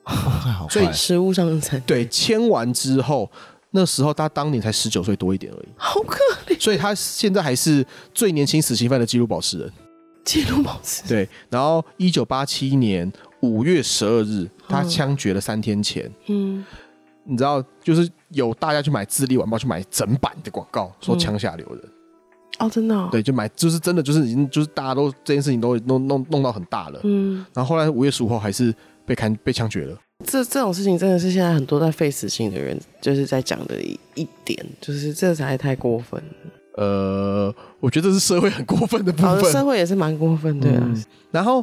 Speaker 1: 哎好
Speaker 2: 所以
Speaker 1: 快
Speaker 3: 食物上层，
Speaker 2: 对，签完之后，那时候他当年才十九岁多一点而已，
Speaker 3: 好可怜，
Speaker 2: 所以他现在还是最年轻死刑犯的纪录保持人。
Speaker 3: 记录保持，
Speaker 2: 对，然后一九八七年五月十二日，他枪决了三天前。
Speaker 3: 嗯
Speaker 2: 你知道，就是有大家去买《智利晚报》去买整版的广告，
Speaker 3: 嗯
Speaker 2: 说枪下留人。
Speaker 3: 哦，真的、哦，，
Speaker 2: 对，就买，就是真的，就是已经就是大家都这件事情都弄弄弄到很大了。
Speaker 3: 嗯，
Speaker 2: 然后后来五月十五号还是被砍被枪决了。
Speaker 3: 这这种事情真的是现在很多在 face 性的人就是在讲的一一点，就是这才太过分了，
Speaker 2: 呃，我觉得这是社会很过分的嗯部
Speaker 3: 好像哦社
Speaker 2: 分。
Speaker 3: 会也是蛮过分的、啊，
Speaker 2: 然后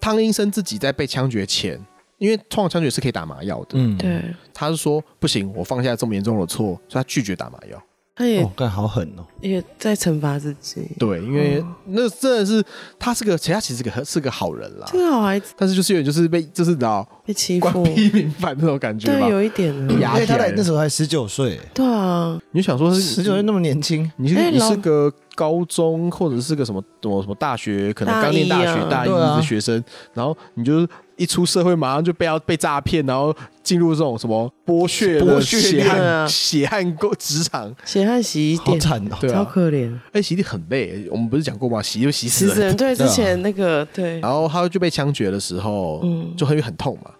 Speaker 2: 汤医生自己在被枪决前，因为通常枪决是可以打麻药的，
Speaker 1: 嗯，
Speaker 3: 对，
Speaker 2: 他是说不行，我放下这么严重的错，所以他拒绝打麻药。
Speaker 3: 他也、
Speaker 1: 哦，干好狠哦！
Speaker 3: 也在惩罚自己，
Speaker 2: 对，因为那真的是他是个，其实他其实是个是个好人啦
Speaker 3: 这，个好孩子
Speaker 2: 但是就是有点就是被就是你知道
Speaker 3: 被欺
Speaker 2: 官
Speaker 3: 负，
Speaker 2: 逼民反那种感觉
Speaker 3: 对，
Speaker 2: 吧。
Speaker 3: 有一点啊，
Speaker 2: 压
Speaker 1: 因哎为他
Speaker 2: 起来
Speaker 1: 来那时候还十九岁，
Speaker 3: 对啊，
Speaker 2: 你就想说是
Speaker 1: 十九嗯岁那么年轻，
Speaker 2: 你是
Speaker 3: 哎
Speaker 2: 你
Speaker 3: 老
Speaker 2: 是个高中或者是个什么什么什么大学，可能
Speaker 3: 大
Speaker 2: 刚念大
Speaker 3: 一啊
Speaker 2: 学大一
Speaker 1: 对啊
Speaker 2: 的学生，然后你就是一出社会马上就被要被诈骗，然后进入这种什么剥削的
Speaker 1: 剥削
Speaker 2: 血
Speaker 1: 店
Speaker 2: 汗
Speaker 3: 啊
Speaker 2: 血汗工职场，
Speaker 3: 血汗洗衣
Speaker 1: 好
Speaker 3: 店，
Speaker 1: 惨哦！
Speaker 2: 对
Speaker 3: 超
Speaker 2: 啊，
Speaker 3: 可怜。
Speaker 2: 哎、洗地很累，我们不是讲过吗？洗就洗
Speaker 3: 其
Speaker 2: 死
Speaker 3: 实
Speaker 2: 人，
Speaker 3: 人对
Speaker 1: 对
Speaker 3: 之
Speaker 1: 啊
Speaker 3: 前那个对，
Speaker 2: 然后他就被枪决的时候，
Speaker 3: 嗯
Speaker 2: 啊就很很痛嘛，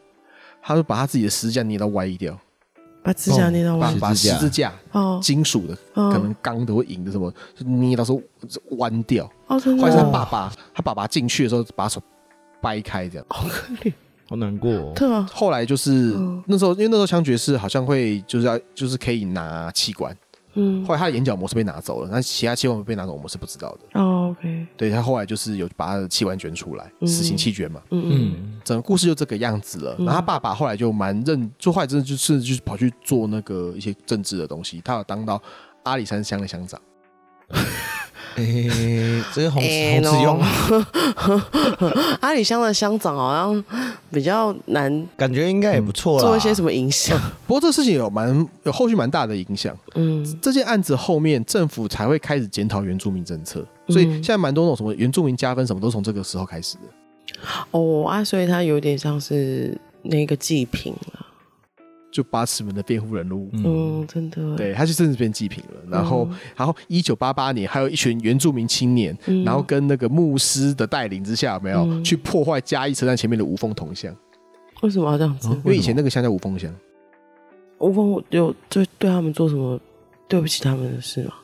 Speaker 2: 他就把他自己的指甲捏到歪掉，
Speaker 3: 把指甲捏到
Speaker 2: 把
Speaker 3: 完
Speaker 2: 把
Speaker 1: 十字
Speaker 2: 十
Speaker 1: 架
Speaker 2: 字架
Speaker 3: 哦
Speaker 2: 金属的，
Speaker 3: 嗯
Speaker 2: 可能钢的或银的什么，就捏到时候弯掉。
Speaker 3: 哦，真的
Speaker 2: 或者是他
Speaker 3: 哦，
Speaker 2: 爸爸，他爸爸进去的时候把手掰开这样。
Speaker 3: 好可怜，
Speaker 1: 好难过哦。
Speaker 3: 对啊，
Speaker 2: 后来就是、
Speaker 3: 嗯
Speaker 2: 那时候，因为那时候枪决是好像会就是要就是可以拿器官，
Speaker 3: 嗯
Speaker 2: 后来他的眼角膜是被拿走了，但其他器官被拿走我们是不知道的。
Speaker 3: 哦，OK，
Speaker 2: 对他后来就是有把他的器官捐出来，
Speaker 3: 嗯
Speaker 2: 死刑弃捐嘛，
Speaker 3: 嗯嗯
Speaker 1: 嗯，
Speaker 2: 整个故事就这个样子了。
Speaker 3: 嗯
Speaker 2: 然后他爸爸后来就蛮认，就后来真的就是就是跑去做那个一些政治的东西，他有当到阿里山乡的乡长。
Speaker 1: 诶，这是红
Speaker 3: 哎
Speaker 1: 红子用，
Speaker 3: 喏 阿里乡的乡长好像比较难
Speaker 1: 感觉应该也不错啦。
Speaker 3: 做一些什
Speaker 1: 么？
Speaker 3: 么影响，
Speaker 2: 不过这事情有蛮有后续蛮大的影响。
Speaker 3: 嗯
Speaker 2: 这件案子后面，政府才会开始检讨原住民政策，所以
Speaker 3: 嗯
Speaker 2: 现在蛮多那种什么原住民加分什么，都是从这个时候开始的。
Speaker 3: 哦啊，所以他有点像是那个祭品啊，
Speaker 2: 就八尺门的辩护人录，
Speaker 1: 嗯，
Speaker 3: 嗯，真的，
Speaker 2: 对，他就甚至变祭品了。然后，然后一九八八年，还有一群原住民青年，
Speaker 3: 嗯，
Speaker 2: 然后跟那个牧师的带领之下，有没有、
Speaker 3: 嗯
Speaker 2: 去破坏嘉义车站前面的无缝铜像，
Speaker 3: 为什么要这样子？
Speaker 1: 哦
Speaker 2: 因为以前那个像叫无缝像，
Speaker 3: 吴峰有对对他们做什么对不起他们的事吗？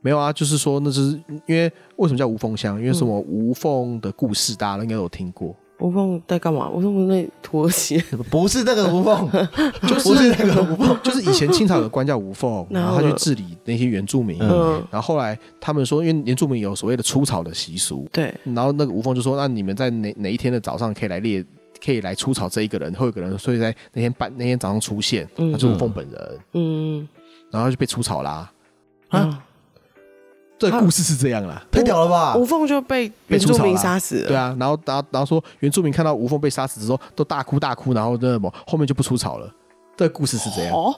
Speaker 2: 没有啊，就是说那就是因为为什么叫无缝像？因为什么无缝的故事，大家应该都有听过，
Speaker 3: 吴峰在干嘛？吴峰那土耳其，
Speaker 1: 不是那个无 缝，
Speaker 2: 就是
Speaker 1: 不是那 个无缝。
Speaker 2: 就是以前清朝有个官叫吴凤，然
Speaker 3: 然后
Speaker 2: 后他去
Speaker 3: 呢
Speaker 2: 治理那些原住民。
Speaker 1: 嗯
Speaker 3: 嗯，
Speaker 2: 然后后来他们说，因为原住民有所谓的出草的习俗，
Speaker 3: 对，
Speaker 2: 然后那个吴凤就说，那你们在哪哪一天的早上可以来列，可以来出草这一个人，会有个人，所以在那天半那天早上出现，
Speaker 3: 嗯
Speaker 2: 他就是吴凤本人，
Speaker 3: 嗯
Speaker 2: 然后就被出草啦。
Speaker 3: 啊，
Speaker 2: 这
Speaker 3: 啊
Speaker 2: 故事是这样啦。
Speaker 1: 太屌了
Speaker 2: 啊
Speaker 1: 吧
Speaker 3: 吴！凤就被原住民杀死了，
Speaker 2: 对啊，然后，然后，然后说原住民看到吴凤被杀死之后，都大哭大哭，然后那什么，后面就不出草了。这故事是这样，
Speaker 3: 哦，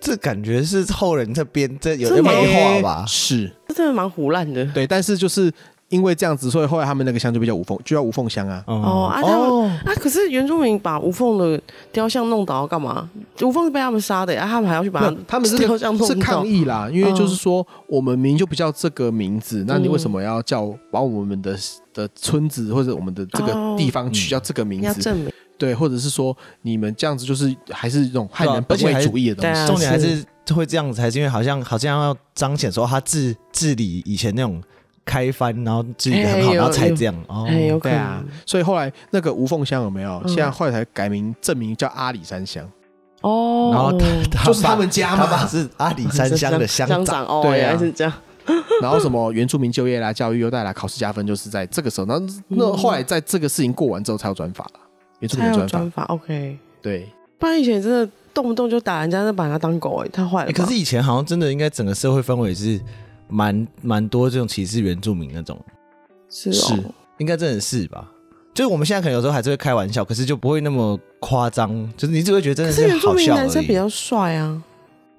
Speaker 1: 这感觉是后人这边这有
Speaker 3: 这
Speaker 1: 有
Speaker 3: 没
Speaker 1: 美化吧？
Speaker 2: 是
Speaker 3: 这真的蛮胡乱的。
Speaker 2: 对，但是就是因为这样子，所以后来他们那个乡就被叫无缝，就叫无缝乡啊。
Speaker 3: 哦啊他们
Speaker 1: 哦，
Speaker 3: 啊！可是原住民把吴凤的雕像弄倒要干嘛？吴凤是被他们杀的、啊，他们还要去把
Speaker 2: 那他们是
Speaker 3: 雕像弄倒，
Speaker 2: 是抗议啦，
Speaker 1: 嗯
Speaker 2: 因为就是说我们明明就不叫这个名字，那你为什
Speaker 1: 嗯
Speaker 2: 么要叫把我们的的村子或者我们的这个
Speaker 3: 哦
Speaker 2: 地方取
Speaker 1: 嗯
Speaker 2: 叫这个名
Speaker 3: 要
Speaker 2: 字？
Speaker 3: 证明
Speaker 2: 对，或者是说你们这样子就是还是这种汉
Speaker 1: 对
Speaker 2: 人
Speaker 1: 啊而
Speaker 2: 本
Speaker 1: 且还
Speaker 2: 位主义的东
Speaker 3: 对
Speaker 2: 西
Speaker 3: 啊。
Speaker 1: 重点还是会这样子，还是因为好像好像要彰显说他治治理以前那种开翻，然后治理的很
Speaker 3: 哎
Speaker 1: 好，
Speaker 3: 有
Speaker 1: 然后才这样哦。
Speaker 3: 哎，有可
Speaker 2: 对
Speaker 3: 能。
Speaker 2: 啊，所以后来那个无缝乡有没有？
Speaker 3: 嗯
Speaker 2: 现在后来才改名正名叫阿里山乡，
Speaker 3: 哦，
Speaker 1: 然后他他
Speaker 2: 就是他
Speaker 1: 爸
Speaker 2: 们家
Speaker 1: 他爸
Speaker 2: 嘛。
Speaker 1: 是阿里山乡的乡
Speaker 3: 乡
Speaker 1: 长，
Speaker 3: 长哦，
Speaker 2: 对啊
Speaker 3: 原来是这样。
Speaker 2: 然后什么原住民就业啦、教育优待啦、考试加分，就是在这个时候。然后那后来在这个事情过完之后才有转法了，原住民
Speaker 3: 他
Speaker 2: 的
Speaker 3: 有
Speaker 2: 转法
Speaker 3: 转。法，OK。
Speaker 2: 对，
Speaker 3: 不然以前真的动不动就打人家，那把人家当狗哎、太坏了
Speaker 1: 欸
Speaker 3: 吧、
Speaker 1: 可是以前好像真的应该整个社会氛围是蛮蛮多这种歧视原住民那种，
Speaker 3: 是
Speaker 2: 是
Speaker 3: 哦，
Speaker 1: 应该真的是吧？就是我们现在可能有时候还是会开玩笑，可是就不会那么夸张，就是你只会觉得真
Speaker 3: 可
Speaker 1: 的
Speaker 3: 是原住
Speaker 1: 好
Speaker 3: 民
Speaker 1: 笑而
Speaker 3: 男生
Speaker 1: 已
Speaker 3: 比较帅啊。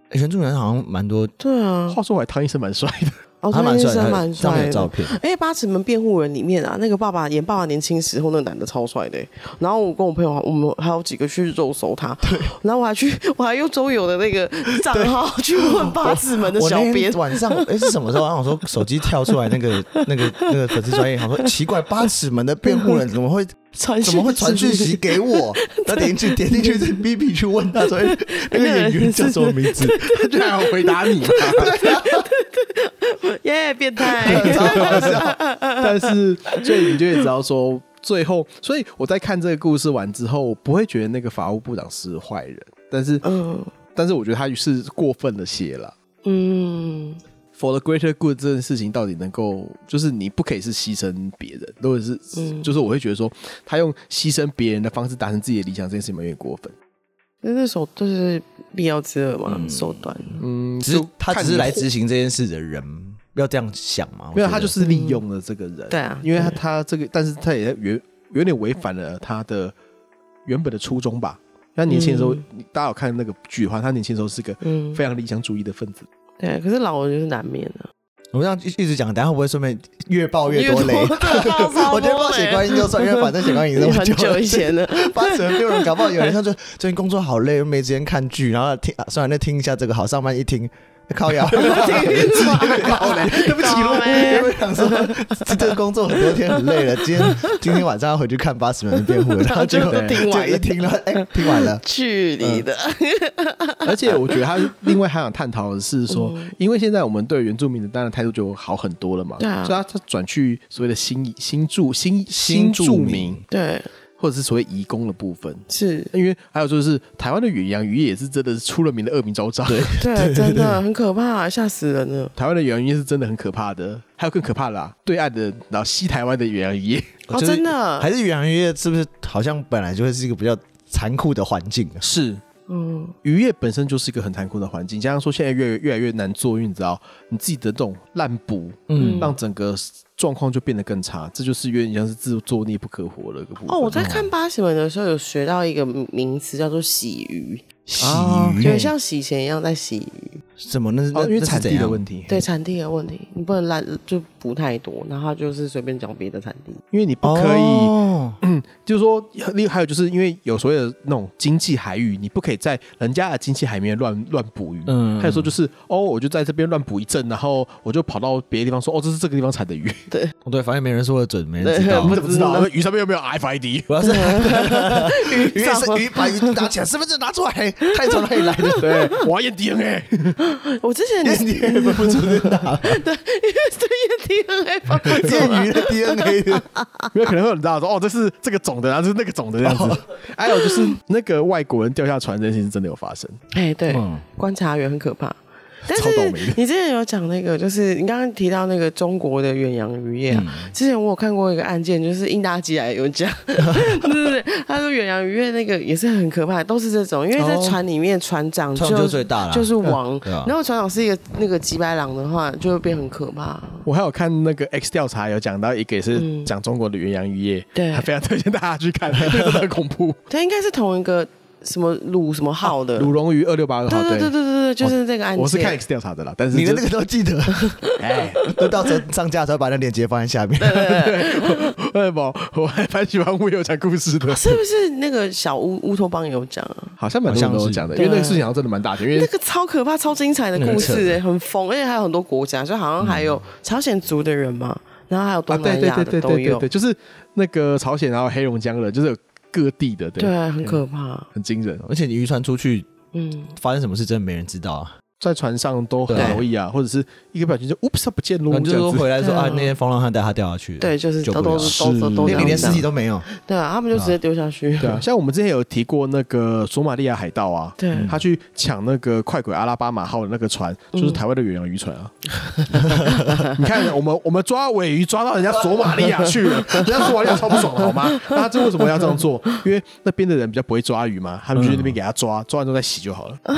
Speaker 1: 欸原住民好像蛮多，
Speaker 3: 对啊，
Speaker 2: 话说回来，汤医生蛮帅的，
Speaker 3: 哦，
Speaker 1: 他蛮
Speaker 3: 那
Speaker 1: 帅的，
Speaker 3: 真的
Speaker 1: 他有
Speaker 3: 蛮
Speaker 1: 上面
Speaker 3: 帅
Speaker 1: 有照
Speaker 3: 的。
Speaker 1: 片。
Speaker 3: 哎、八尺门辩护人里面啊，那个爸爸演爸爸年轻时候那个男的超帅的欸、然后我跟我朋友，我们还有几个去肉搜他，然后我还去， 我还用周游的那个账号去问八尺门的
Speaker 1: 我
Speaker 3: 小
Speaker 1: 那
Speaker 3: 编
Speaker 1: 天，晚 上，哎、是什么时候？然后我说手机跳出来那个 那个那个粉丝专业，我说奇怪，八尺门的辩护人怎么 会
Speaker 3: 传
Speaker 1: 怎么会传讯息给我？ 那点进去点进去 是 B B 去问他说，哎那个演员叫什么名 字？
Speaker 2: 居然有回答你。
Speaker 3: 耶变态，
Speaker 1: 超好笑。
Speaker 2: 啊但是，所以你就会知道说，最后，所以我在看这个故事完之后，我不会觉得那个法务部长是坏人，但是，
Speaker 3: 嗯
Speaker 2: 但是我觉得他是过分了些了。
Speaker 3: 嗯，
Speaker 2: For the greater good 这件事情到底能够，就是你不可以是牺牲别人，或者是，
Speaker 3: 嗯
Speaker 2: 就是我会觉得说，他用牺牲别人的方式达成自己的理想，这件事情有点过分。
Speaker 3: 那那手就是必要之恶嘛，手段。
Speaker 2: 嗯，
Speaker 1: 只是
Speaker 2: 就
Speaker 1: 他
Speaker 2: 看
Speaker 1: 只是
Speaker 2: 你
Speaker 1: 来
Speaker 2: 活
Speaker 1: 执行这件事的人，要这样想嘛？我
Speaker 2: 没有，
Speaker 1: 觉
Speaker 2: 他
Speaker 1: 得
Speaker 2: 就是利用了这个人。
Speaker 3: 对啊
Speaker 2: 因为他他这个，但是他也有有点违反了他的原本的初衷吧。他年轻的时候，你大家有看那个剧的话，他年轻的时候是个
Speaker 3: 嗯，
Speaker 2: 非常理想主义的分子。
Speaker 3: 对。可是老人就是难免的、
Speaker 1: 我们这样一一直讲，等下会不会顺便越爆多雷？
Speaker 3: 越多
Speaker 1: 我觉得爆血观音就算，因为反正血观音 那么
Speaker 3: 欸很久以前的，
Speaker 1: 八十六人，搞不好有人像就最近工作好累，又没时间看剧，然后听啊算了，那听一下这个好，上班一听。靠呀！ 自己被爆雷，对不起
Speaker 3: 靠
Speaker 1: 咯，
Speaker 3: 嘞
Speaker 1: 因为想说欸 这这个工作很多天很累了，今天今天晚上要回去看《八十人的辩护》，然后结果
Speaker 3: 然后就听完了
Speaker 1: 就一听了，哎，听完了，
Speaker 3: 去你的！
Speaker 1: 嗯
Speaker 2: 而且我觉得他另外还想探讨的是说，因为现在我们对原住民的当然态度就好很多了嘛，
Speaker 3: 对啊
Speaker 2: 所以他他转去所谓的新移新住新
Speaker 1: 新住
Speaker 2: 住
Speaker 1: 民
Speaker 2: 民，
Speaker 3: 对，
Speaker 2: 或者是所谓移工的部分。
Speaker 3: 是，
Speaker 2: 因为还有就是台湾的远洋渔业也是真的是出了名的恶名昭彰，对，
Speaker 3: 对，真的很可怕，吓死人 了。
Speaker 2: 台湾的远洋渔业是真的很可怕的，还有更可怕的、啊，对岸的然后西台湾的远洋渔业
Speaker 3: 哦，
Speaker 1: 就是
Speaker 3: 真的，
Speaker 1: 还是远洋渔业是不是好像本来就会是一个比较残酷的环境啊？
Speaker 2: 是
Speaker 3: 嗯，
Speaker 2: 渔业本身就是一个很残酷的环境，加上说现在越越来越难做，因为你知道你自己的这种滥捕，
Speaker 3: 嗯
Speaker 2: 让整个状况就变得更差，这就是有点像是自作孽不可活的一个部分。
Speaker 3: 哦，我在看八喜文的时候有学到一个名词叫做洗鱼，
Speaker 1: 洗
Speaker 2: 啊
Speaker 1: 鱼
Speaker 3: 就像洗钱一样在洗鱼。
Speaker 1: 什么？那是那
Speaker 2: 哦，因为
Speaker 1: 那是
Speaker 2: 产
Speaker 1: 怎
Speaker 2: 地的
Speaker 1: 样
Speaker 2: 问题，
Speaker 3: 对，产地的问题，你不能滥就补太多，然后就是随便讲别的产地。
Speaker 2: 因为你不可以，
Speaker 1: 哦
Speaker 2: 就是说，另还有就是因为有所谓的那种经济海域，你不可以在人家的经济海里面乱乱捕鱼。
Speaker 1: 嗯
Speaker 2: 还有说就是哦，我就在这边乱捕一阵，然后我就跑到别的地方说哦，这是这个地方产 的鱼，
Speaker 1: 哦对，反正没人说的准，没人知道。
Speaker 2: 我怎么知道？那鱼上面有没有 FID？
Speaker 1: 我要是 鱼
Speaker 3: 上
Speaker 1: 是鱼，把鱼拿起来，身份证拿出来，太从哪里来的？
Speaker 2: 对，我要验 DNA。
Speaker 3: 我之前对
Speaker 1: 你也分不出是 哪，
Speaker 3: 对 验 DNA 方法
Speaker 1: 这鱼的 DNA 的。
Speaker 2: 因为可能会有人知道说哦，这是这个种的，然后这是那个种的这样子。还有就是那个外国人掉下船这件事情真的有发生，
Speaker 3: 哎，对
Speaker 1: 嗯，
Speaker 3: 观察员很可怕。但 是
Speaker 2: 超倒霉的
Speaker 3: 你之前有讲那个，就是你刚刚提到那个中国的远洋渔业啊，
Speaker 2: 嗯
Speaker 3: 之前我有看过一个案件，就是英达吉来有讲， 对对对，他说远洋渔业那个也是很可怕，都是这种，因为在
Speaker 1: 哦
Speaker 3: 船里面船长
Speaker 1: 船就最大啦
Speaker 3: 就是王
Speaker 1: 对啊，
Speaker 3: 然后船长是一个那个吉白狼的话，就会变很可怕。
Speaker 2: 我还有看那个 X 调查有讲到一个也是讲中国的远洋渔业，
Speaker 3: 嗯对
Speaker 2: 还非常推荐大家去 看，那个真的很恐怖。
Speaker 3: 他应该是同一个什么鲁什么号的，
Speaker 2: 啊鲁龙鱼二六八二号，
Speaker 3: 对对对对对对，就是这个案件。
Speaker 2: 我是看 X 调查的啦，但是
Speaker 1: 你的
Speaker 2: 就
Speaker 1: 那个都记 得，
Speaker 2: 哎，
Speaker 1: 都到时候上架的时候把那链接放在下面。
Speaker 2: 为什么？我还蛮喜欢乌有讲故事的，
Speaker 3: 是不是那个小乌乌托邦也有讲啊？
Speaker 2: 好像蛮多人
Speaker 1: 好像
Speaker 2: 都
Speaker 1: 是
Speaker 2: 讲的，因为那个事情好像真的蛮大的，因为
Speaker 3: 那个超可怕、超精彩的故
Speaker 1: 很
Speaker 3: 事、欸，很疯，而且还有很多国家，就好像还有朝鲜族的人嘛，然后还有
Speaker 2: 嗯啊，
Speaker 3: 东
Speaker 2: 对
Speaker 3: 南
Speaker 2: 对
Speaker 3: 亚
Speaker 2: 对
Speaker 3: 的
Speaker 2: 对
Speaker 3: 都
Speaker 2: 对对
Speaker 3: 有，
Speaker 2: 对，就是那个朝鲜，然后黑龙江人，就是有各地的，对，
Speaker 3: 对，很啊可怕。
Speaker 2: 很惊人。
Speaker 1: 而且你渔船出去
Speaker 3: 嗯，
Speaker 1: 发生什么事，真的没人知道啊。
Speaker 2: 在船上都很
Speaker 3: 对
Speaker 2: 容易啊，或者是一个不小心就 oops 它不见喽
Speaker 1: 然，后你就
Speaker 2: 这
Speaker 1: 说
Speaker 2: 样子。
Speaker 1: 回来说
Speaker 3: 对啊
Speaker 1: 啊，那天风浪汉带他掉下去，
Speaker 3: 对，就是
Speaker 1: 救
Speaker 3: 都
Speaker 1: 不
Speaker 3: 都
Speaker 1: 了，
Speaker 3: 是都都都
Speaker 1: 因为你
Speaker 3: 这
Speaker 1: 连尸
Speaker 3: 样
Speaker 1: 体
Speaker 3: 讲。
Speaker 1: 都没有。
Speaker 3: 对啊，他们就直接丢下去。
Speaker 1: 嗯
Speaker 2: 对啊，像我们之前有提过那个索马利亚海盗啊，
Speaker 3: 对
Speaker 2: 他去抢那个快轨阿拉巴马号的那个船，就是台湾的远洋渔船啊。 你看，我们我们抓尾鱼抓到人家索马利亚去了， 人家索马利亚超不爽的好吗？那他这为什么要这样做？因为那边的人比较不会抓鱼嘛，他们就去那边给他抓，抓完之后再洗就好了。
Speaker 1: 嗯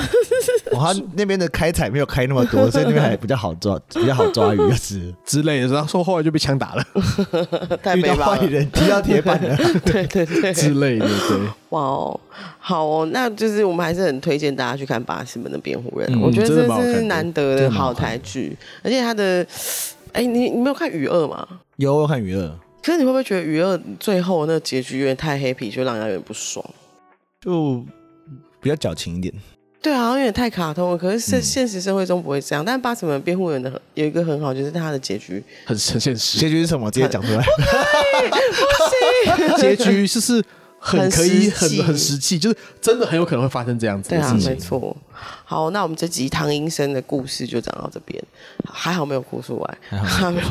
Speaker 1: 哇，哦他那边的开采没有开那么多，所以那边还比较好抓，比较好抓鱼，就是
Speaker 2: 之类的，然后说后来就被枪打了
Speaker 3: 太
Speaker 1: 遇
Speaker 3: 悲
Speaker 1: 到
Speaker 3: 吧
Speaker 1: 坏
Speaker 3: 了。
Speaker 1: 人踢到铁板了。
Speaker 3: 对对对，
Speaker 2: 之类的，对，
Speaker 3: 哇哦，好哦，那就是我们还是很推荐大家去看《巴西门的辩护人》
Speaker 1: 嗯
Speaker 3: 我觉得
Speaker 2: 真的蛮好
Speaker 3: 这
Speaker 2: 看的
Speaker 3: 是难得
Speaker 1: 真
Speaker 3: 的
Speaker 1: 的蛮好
Speaker 3: 好台剧，而且它的，哎，你你没有看《雨二》吗？
Speaker 1: 有我有看娱乐，
Speaker 3: 可是你会不会觉得《雨二》最后那个结局有点太 happy，就让人家有点不爽？
Speaker 1: 就比较矫情一点。
Speaker 3: 对啊，有点太卡通了。可是现
Speaker 1: 嗯
Speaker 3: 现实社会中不会这样。但《八尺门辩护人》的有一个很好，就是他的结局，
Speaker 2: 很很现实。
Speaker 1: 结局是什么？直接讲 出来。
Speaker 2: 结局就是很
Speaker 3: 很
Speaker 2: 可以
Speaker 3: 实
Speaker 2: 很
Speaker 3: 际
Speaker 2: 很实际，就是真的很有可能会发生这样子
Speaker 3: 对
Speaker 2: 的
Speaker 3: 啊
Speaker 2: 事，情。
Speaker 3: 没错。好，那我们这集唐医生的故事就讲到这边，还好没有哭出来，
Speaker 1: 还
Speaker 3: 还没有。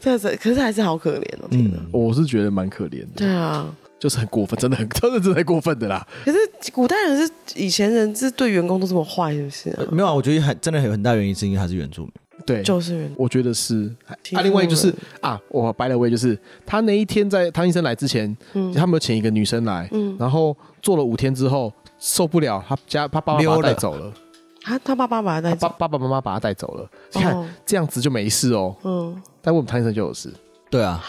Speaker 3: 这是，可是还是好可怜哦，天哪！
Speaker 1: 嗯，
Speaker 2: 我是觉得蛮可怜的，
Speaker 3: 对啊，
Speaker 2: 就是很过分，真的很 真的真的太过分的啦。
Speaker 3: 可是古代人是以前人是对员工都这么坏，是不是、啊？
Speaker 1: 没有啊，我觉得很真的有很大原因是因为他是原住民。
Speaker 2: 对，
Speaker 3: 就是员
Speaker 2: 我觉得是。
Speaker 3: 欺
Speaker 2: 啊，
Speaker 3: 负
Speaker 2: 另外就是
Speaker 3: 人
Speaker 2: 啊，我白了位就是他嗯
Speaker 3: 嗯
Speaker 2: 那一天在汤医生来之前，他们有请一个女生来，然后做了五天之后，受不了，他家他爸爸把
Speaker 1: 溜
Speaker 2: 他
Speaker 1: 了
Speaker 2: 带走了，
Speaker 3: 他他爸爸把他带
Speaker 2: 他爸
Speaker 3: 走，
Speaker 2: 爸爸妈妈把他带走了。你看、
Speaker 3: 哦
Speaker 2: 这样子就没事哦，
Speaker 3: 嗯，
Speaker 2: 但我们唐医生就有 事。
Speaker 1: 对啊，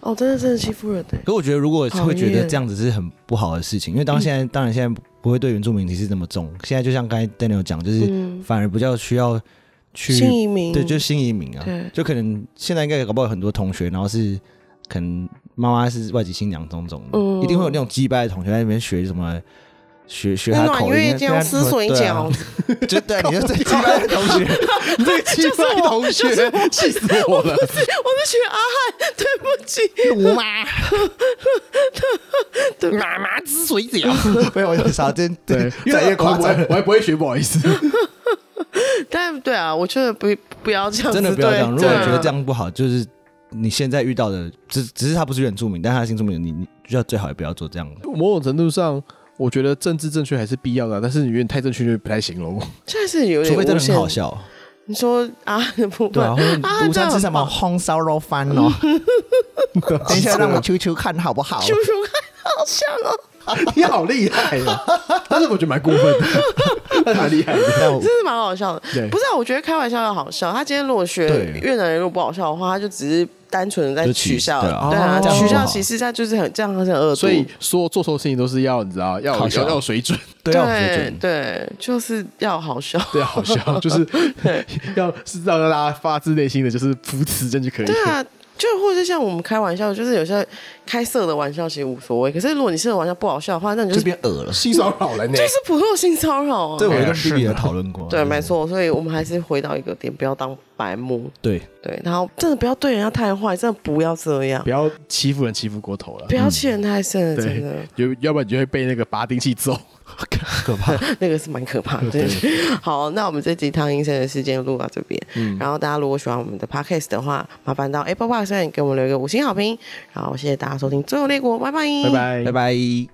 Speaker 3: 哦，真的真的欺负人哎、
Speaker 1: 可我觉得如果
Speaker 3: 讨
Speaker 1: 会觉得
Speaker 3: 厌
Speaker 1: 这样子是很不好的事情，因为当现
Speaker 3: 嗯
Speaker 1: 在、当然现在不会对原住民歧视那么重，现在就像刚才 Daniel 讲，就是
Speaker 3: 嗯，
Speaker 1: 反而比较需要去
Speaker 3: 新移民，
Speaker 1: 对，就是新移民啊
Speaker 3: 对，
Speaker 1: 就可能现在应该搞不好有很多同学，然后是可能妈妈是外籍新娘种种的，
Speaker 3: 嗯
Speaker 1: 一定会有那种鸡掰的同学在那边学什么。学学他
Speaker 3: 温
Speaker 1: 的
Speaker 3: 暖
Speaker 1: 口
Speaker 3: 月
Speaker 1: 音，
Speaker 3: 将思索一
Speaker 1: 对啊
Speaker 3: 角，
Speaker 1: 就对啊，你就最鸡掰的同学，
Speaker 2: 你这个气
Speaker 3: 就是
Speaker 2: 坏
Speaker 3: 我
Speaker 2: 同学， 气死我了！
Speaker 1: 啊
Speaker 3: 我是学阿汉，对不起，
Speaker 2: 妈妈之水饺，
Speaker 1: 没有，我有啥真
Speaker 2: 对，
Speaker 1: 越来越夸
Speaker 2: 我
Speaker 1: 张
Speaker 2: 还不会。我还不会学，不好意思。
Speaker 3: 但对啊，我觉得不不要这样子，
Speaker 1: 真的不要这样。如
Speaker 3: 对
Speaker 1: 果
Speaker 3: 对啊
Speaker 1: 觉得这样不好，就是你现在遇到的，只只是他不是原住民，但他是新住民，你你就要最好也不要做这样的。
Speaker 2: 某种程度上，我觉得政治正确还是必要的啊，但是你有点太正确就不太行 了。
Speaker 3: 现在是有点
Speaker 1: 除非真
Speaker 3: 无
Speaker 1: 的很
Speaker 3: 限
Speaker 1: 好。笑，
Speaker 3: 你说阿汉的部
Speaker 1: 对
Speaker 3: 分
Speaker 1: 啊，或
Speaker 3: 啊
Speaker 1: 者午餐吃什么
Speaker 3: 这样很棒
Speaker 1: 红烧肉饭 哦，等一下
Speaker 3: 啊
Speaker 1: 让 我求求看好不好？
Speaker 3: 叔叔看好像哦，
Speaker 2: 你好厉害啊！ 但是我觉得蛮过分的，但 蛮厉害的。
Speaker 1: 但我
Speaker 3: 真是蛮好笑的
Speaker 2: 对。
Speaker 3: 不是啊，我觉得开玩笑要好笑。他今天如果学
Speaker 1: 对
Speaker 3: 越南人如果不好笑的话，他就只是单纯的在
Speaker 1: 就取
Speaker 3: 取笑，
Speaker 1: 对啊
Speaker 3: 对啊，
Speaker 2: 哦这样
Speaker 3: 取
Speaker 2: 不
Speaker 3: 笑
Speaker 1: 好
Speaker 3: 歧视，他就是很这样，他是很恶毒。
Speaker 2: 所以说做错事情都是要你知道要有
Speaker 1: 好笑
Speaker 2: 要有水 准，
Speaker 1: 对啊，我觉
Speaker 3: 对
Speaker 1: 得
Speaker 3: 对，就是要好笑。
Speaker 2: 对，好笑，就是 要是让大家发自内心的就是扶持这样就可以。
Speaker 3: 对啊，就或者像我们开玩笑，就是有些开色的玩笑其实无所谓，可是如果你色的玩笑不好笑的话，那你就
Speaker 1: 就是变恶了。
Speaker 2: 性骚扰了呢
Speaker 3: 就是普通的性骚扰啊。
Speaker 1: 这我
Speaker 2: 哎呀
Speaker 1: 跟
Speaker 2: 是
Speaker 1: B
Speaker 2: 的
Speaker 1: B 也讨论过，
Speaker 3: 对，没，错，所以我们还是回到一个点，不要当白目。
Speaker 1: 对，
Speaker 3: 对，然后真的不要对人家太坏，真的不要这样
Speaker 2: 不，要欺负人欺负过头了
Speaker 3: 不。要气人太甚了，真
Speaker 2: 对
Speaker 3: 的，
Speaker 2: 有要不然你就会被那个拔钉器揍。
Speaker 1: 可怕。
Speaker 3: 那个是蛮可怕的。对， 好，那我们这集汤医生的时间录到这边，
Speaker 2: 嗯
Speaker 3: 然后大家如果喜欢我们的 podcast 的话，麻烦到
Speaker 1: 哎
Speaker 3: Apple Podcast 上给我们留一个五星好评，然后谢谢大家收听《最后列国》，拜拜，
Speaker 2: 嗯拜拜
Speaker 1: 拜。拜。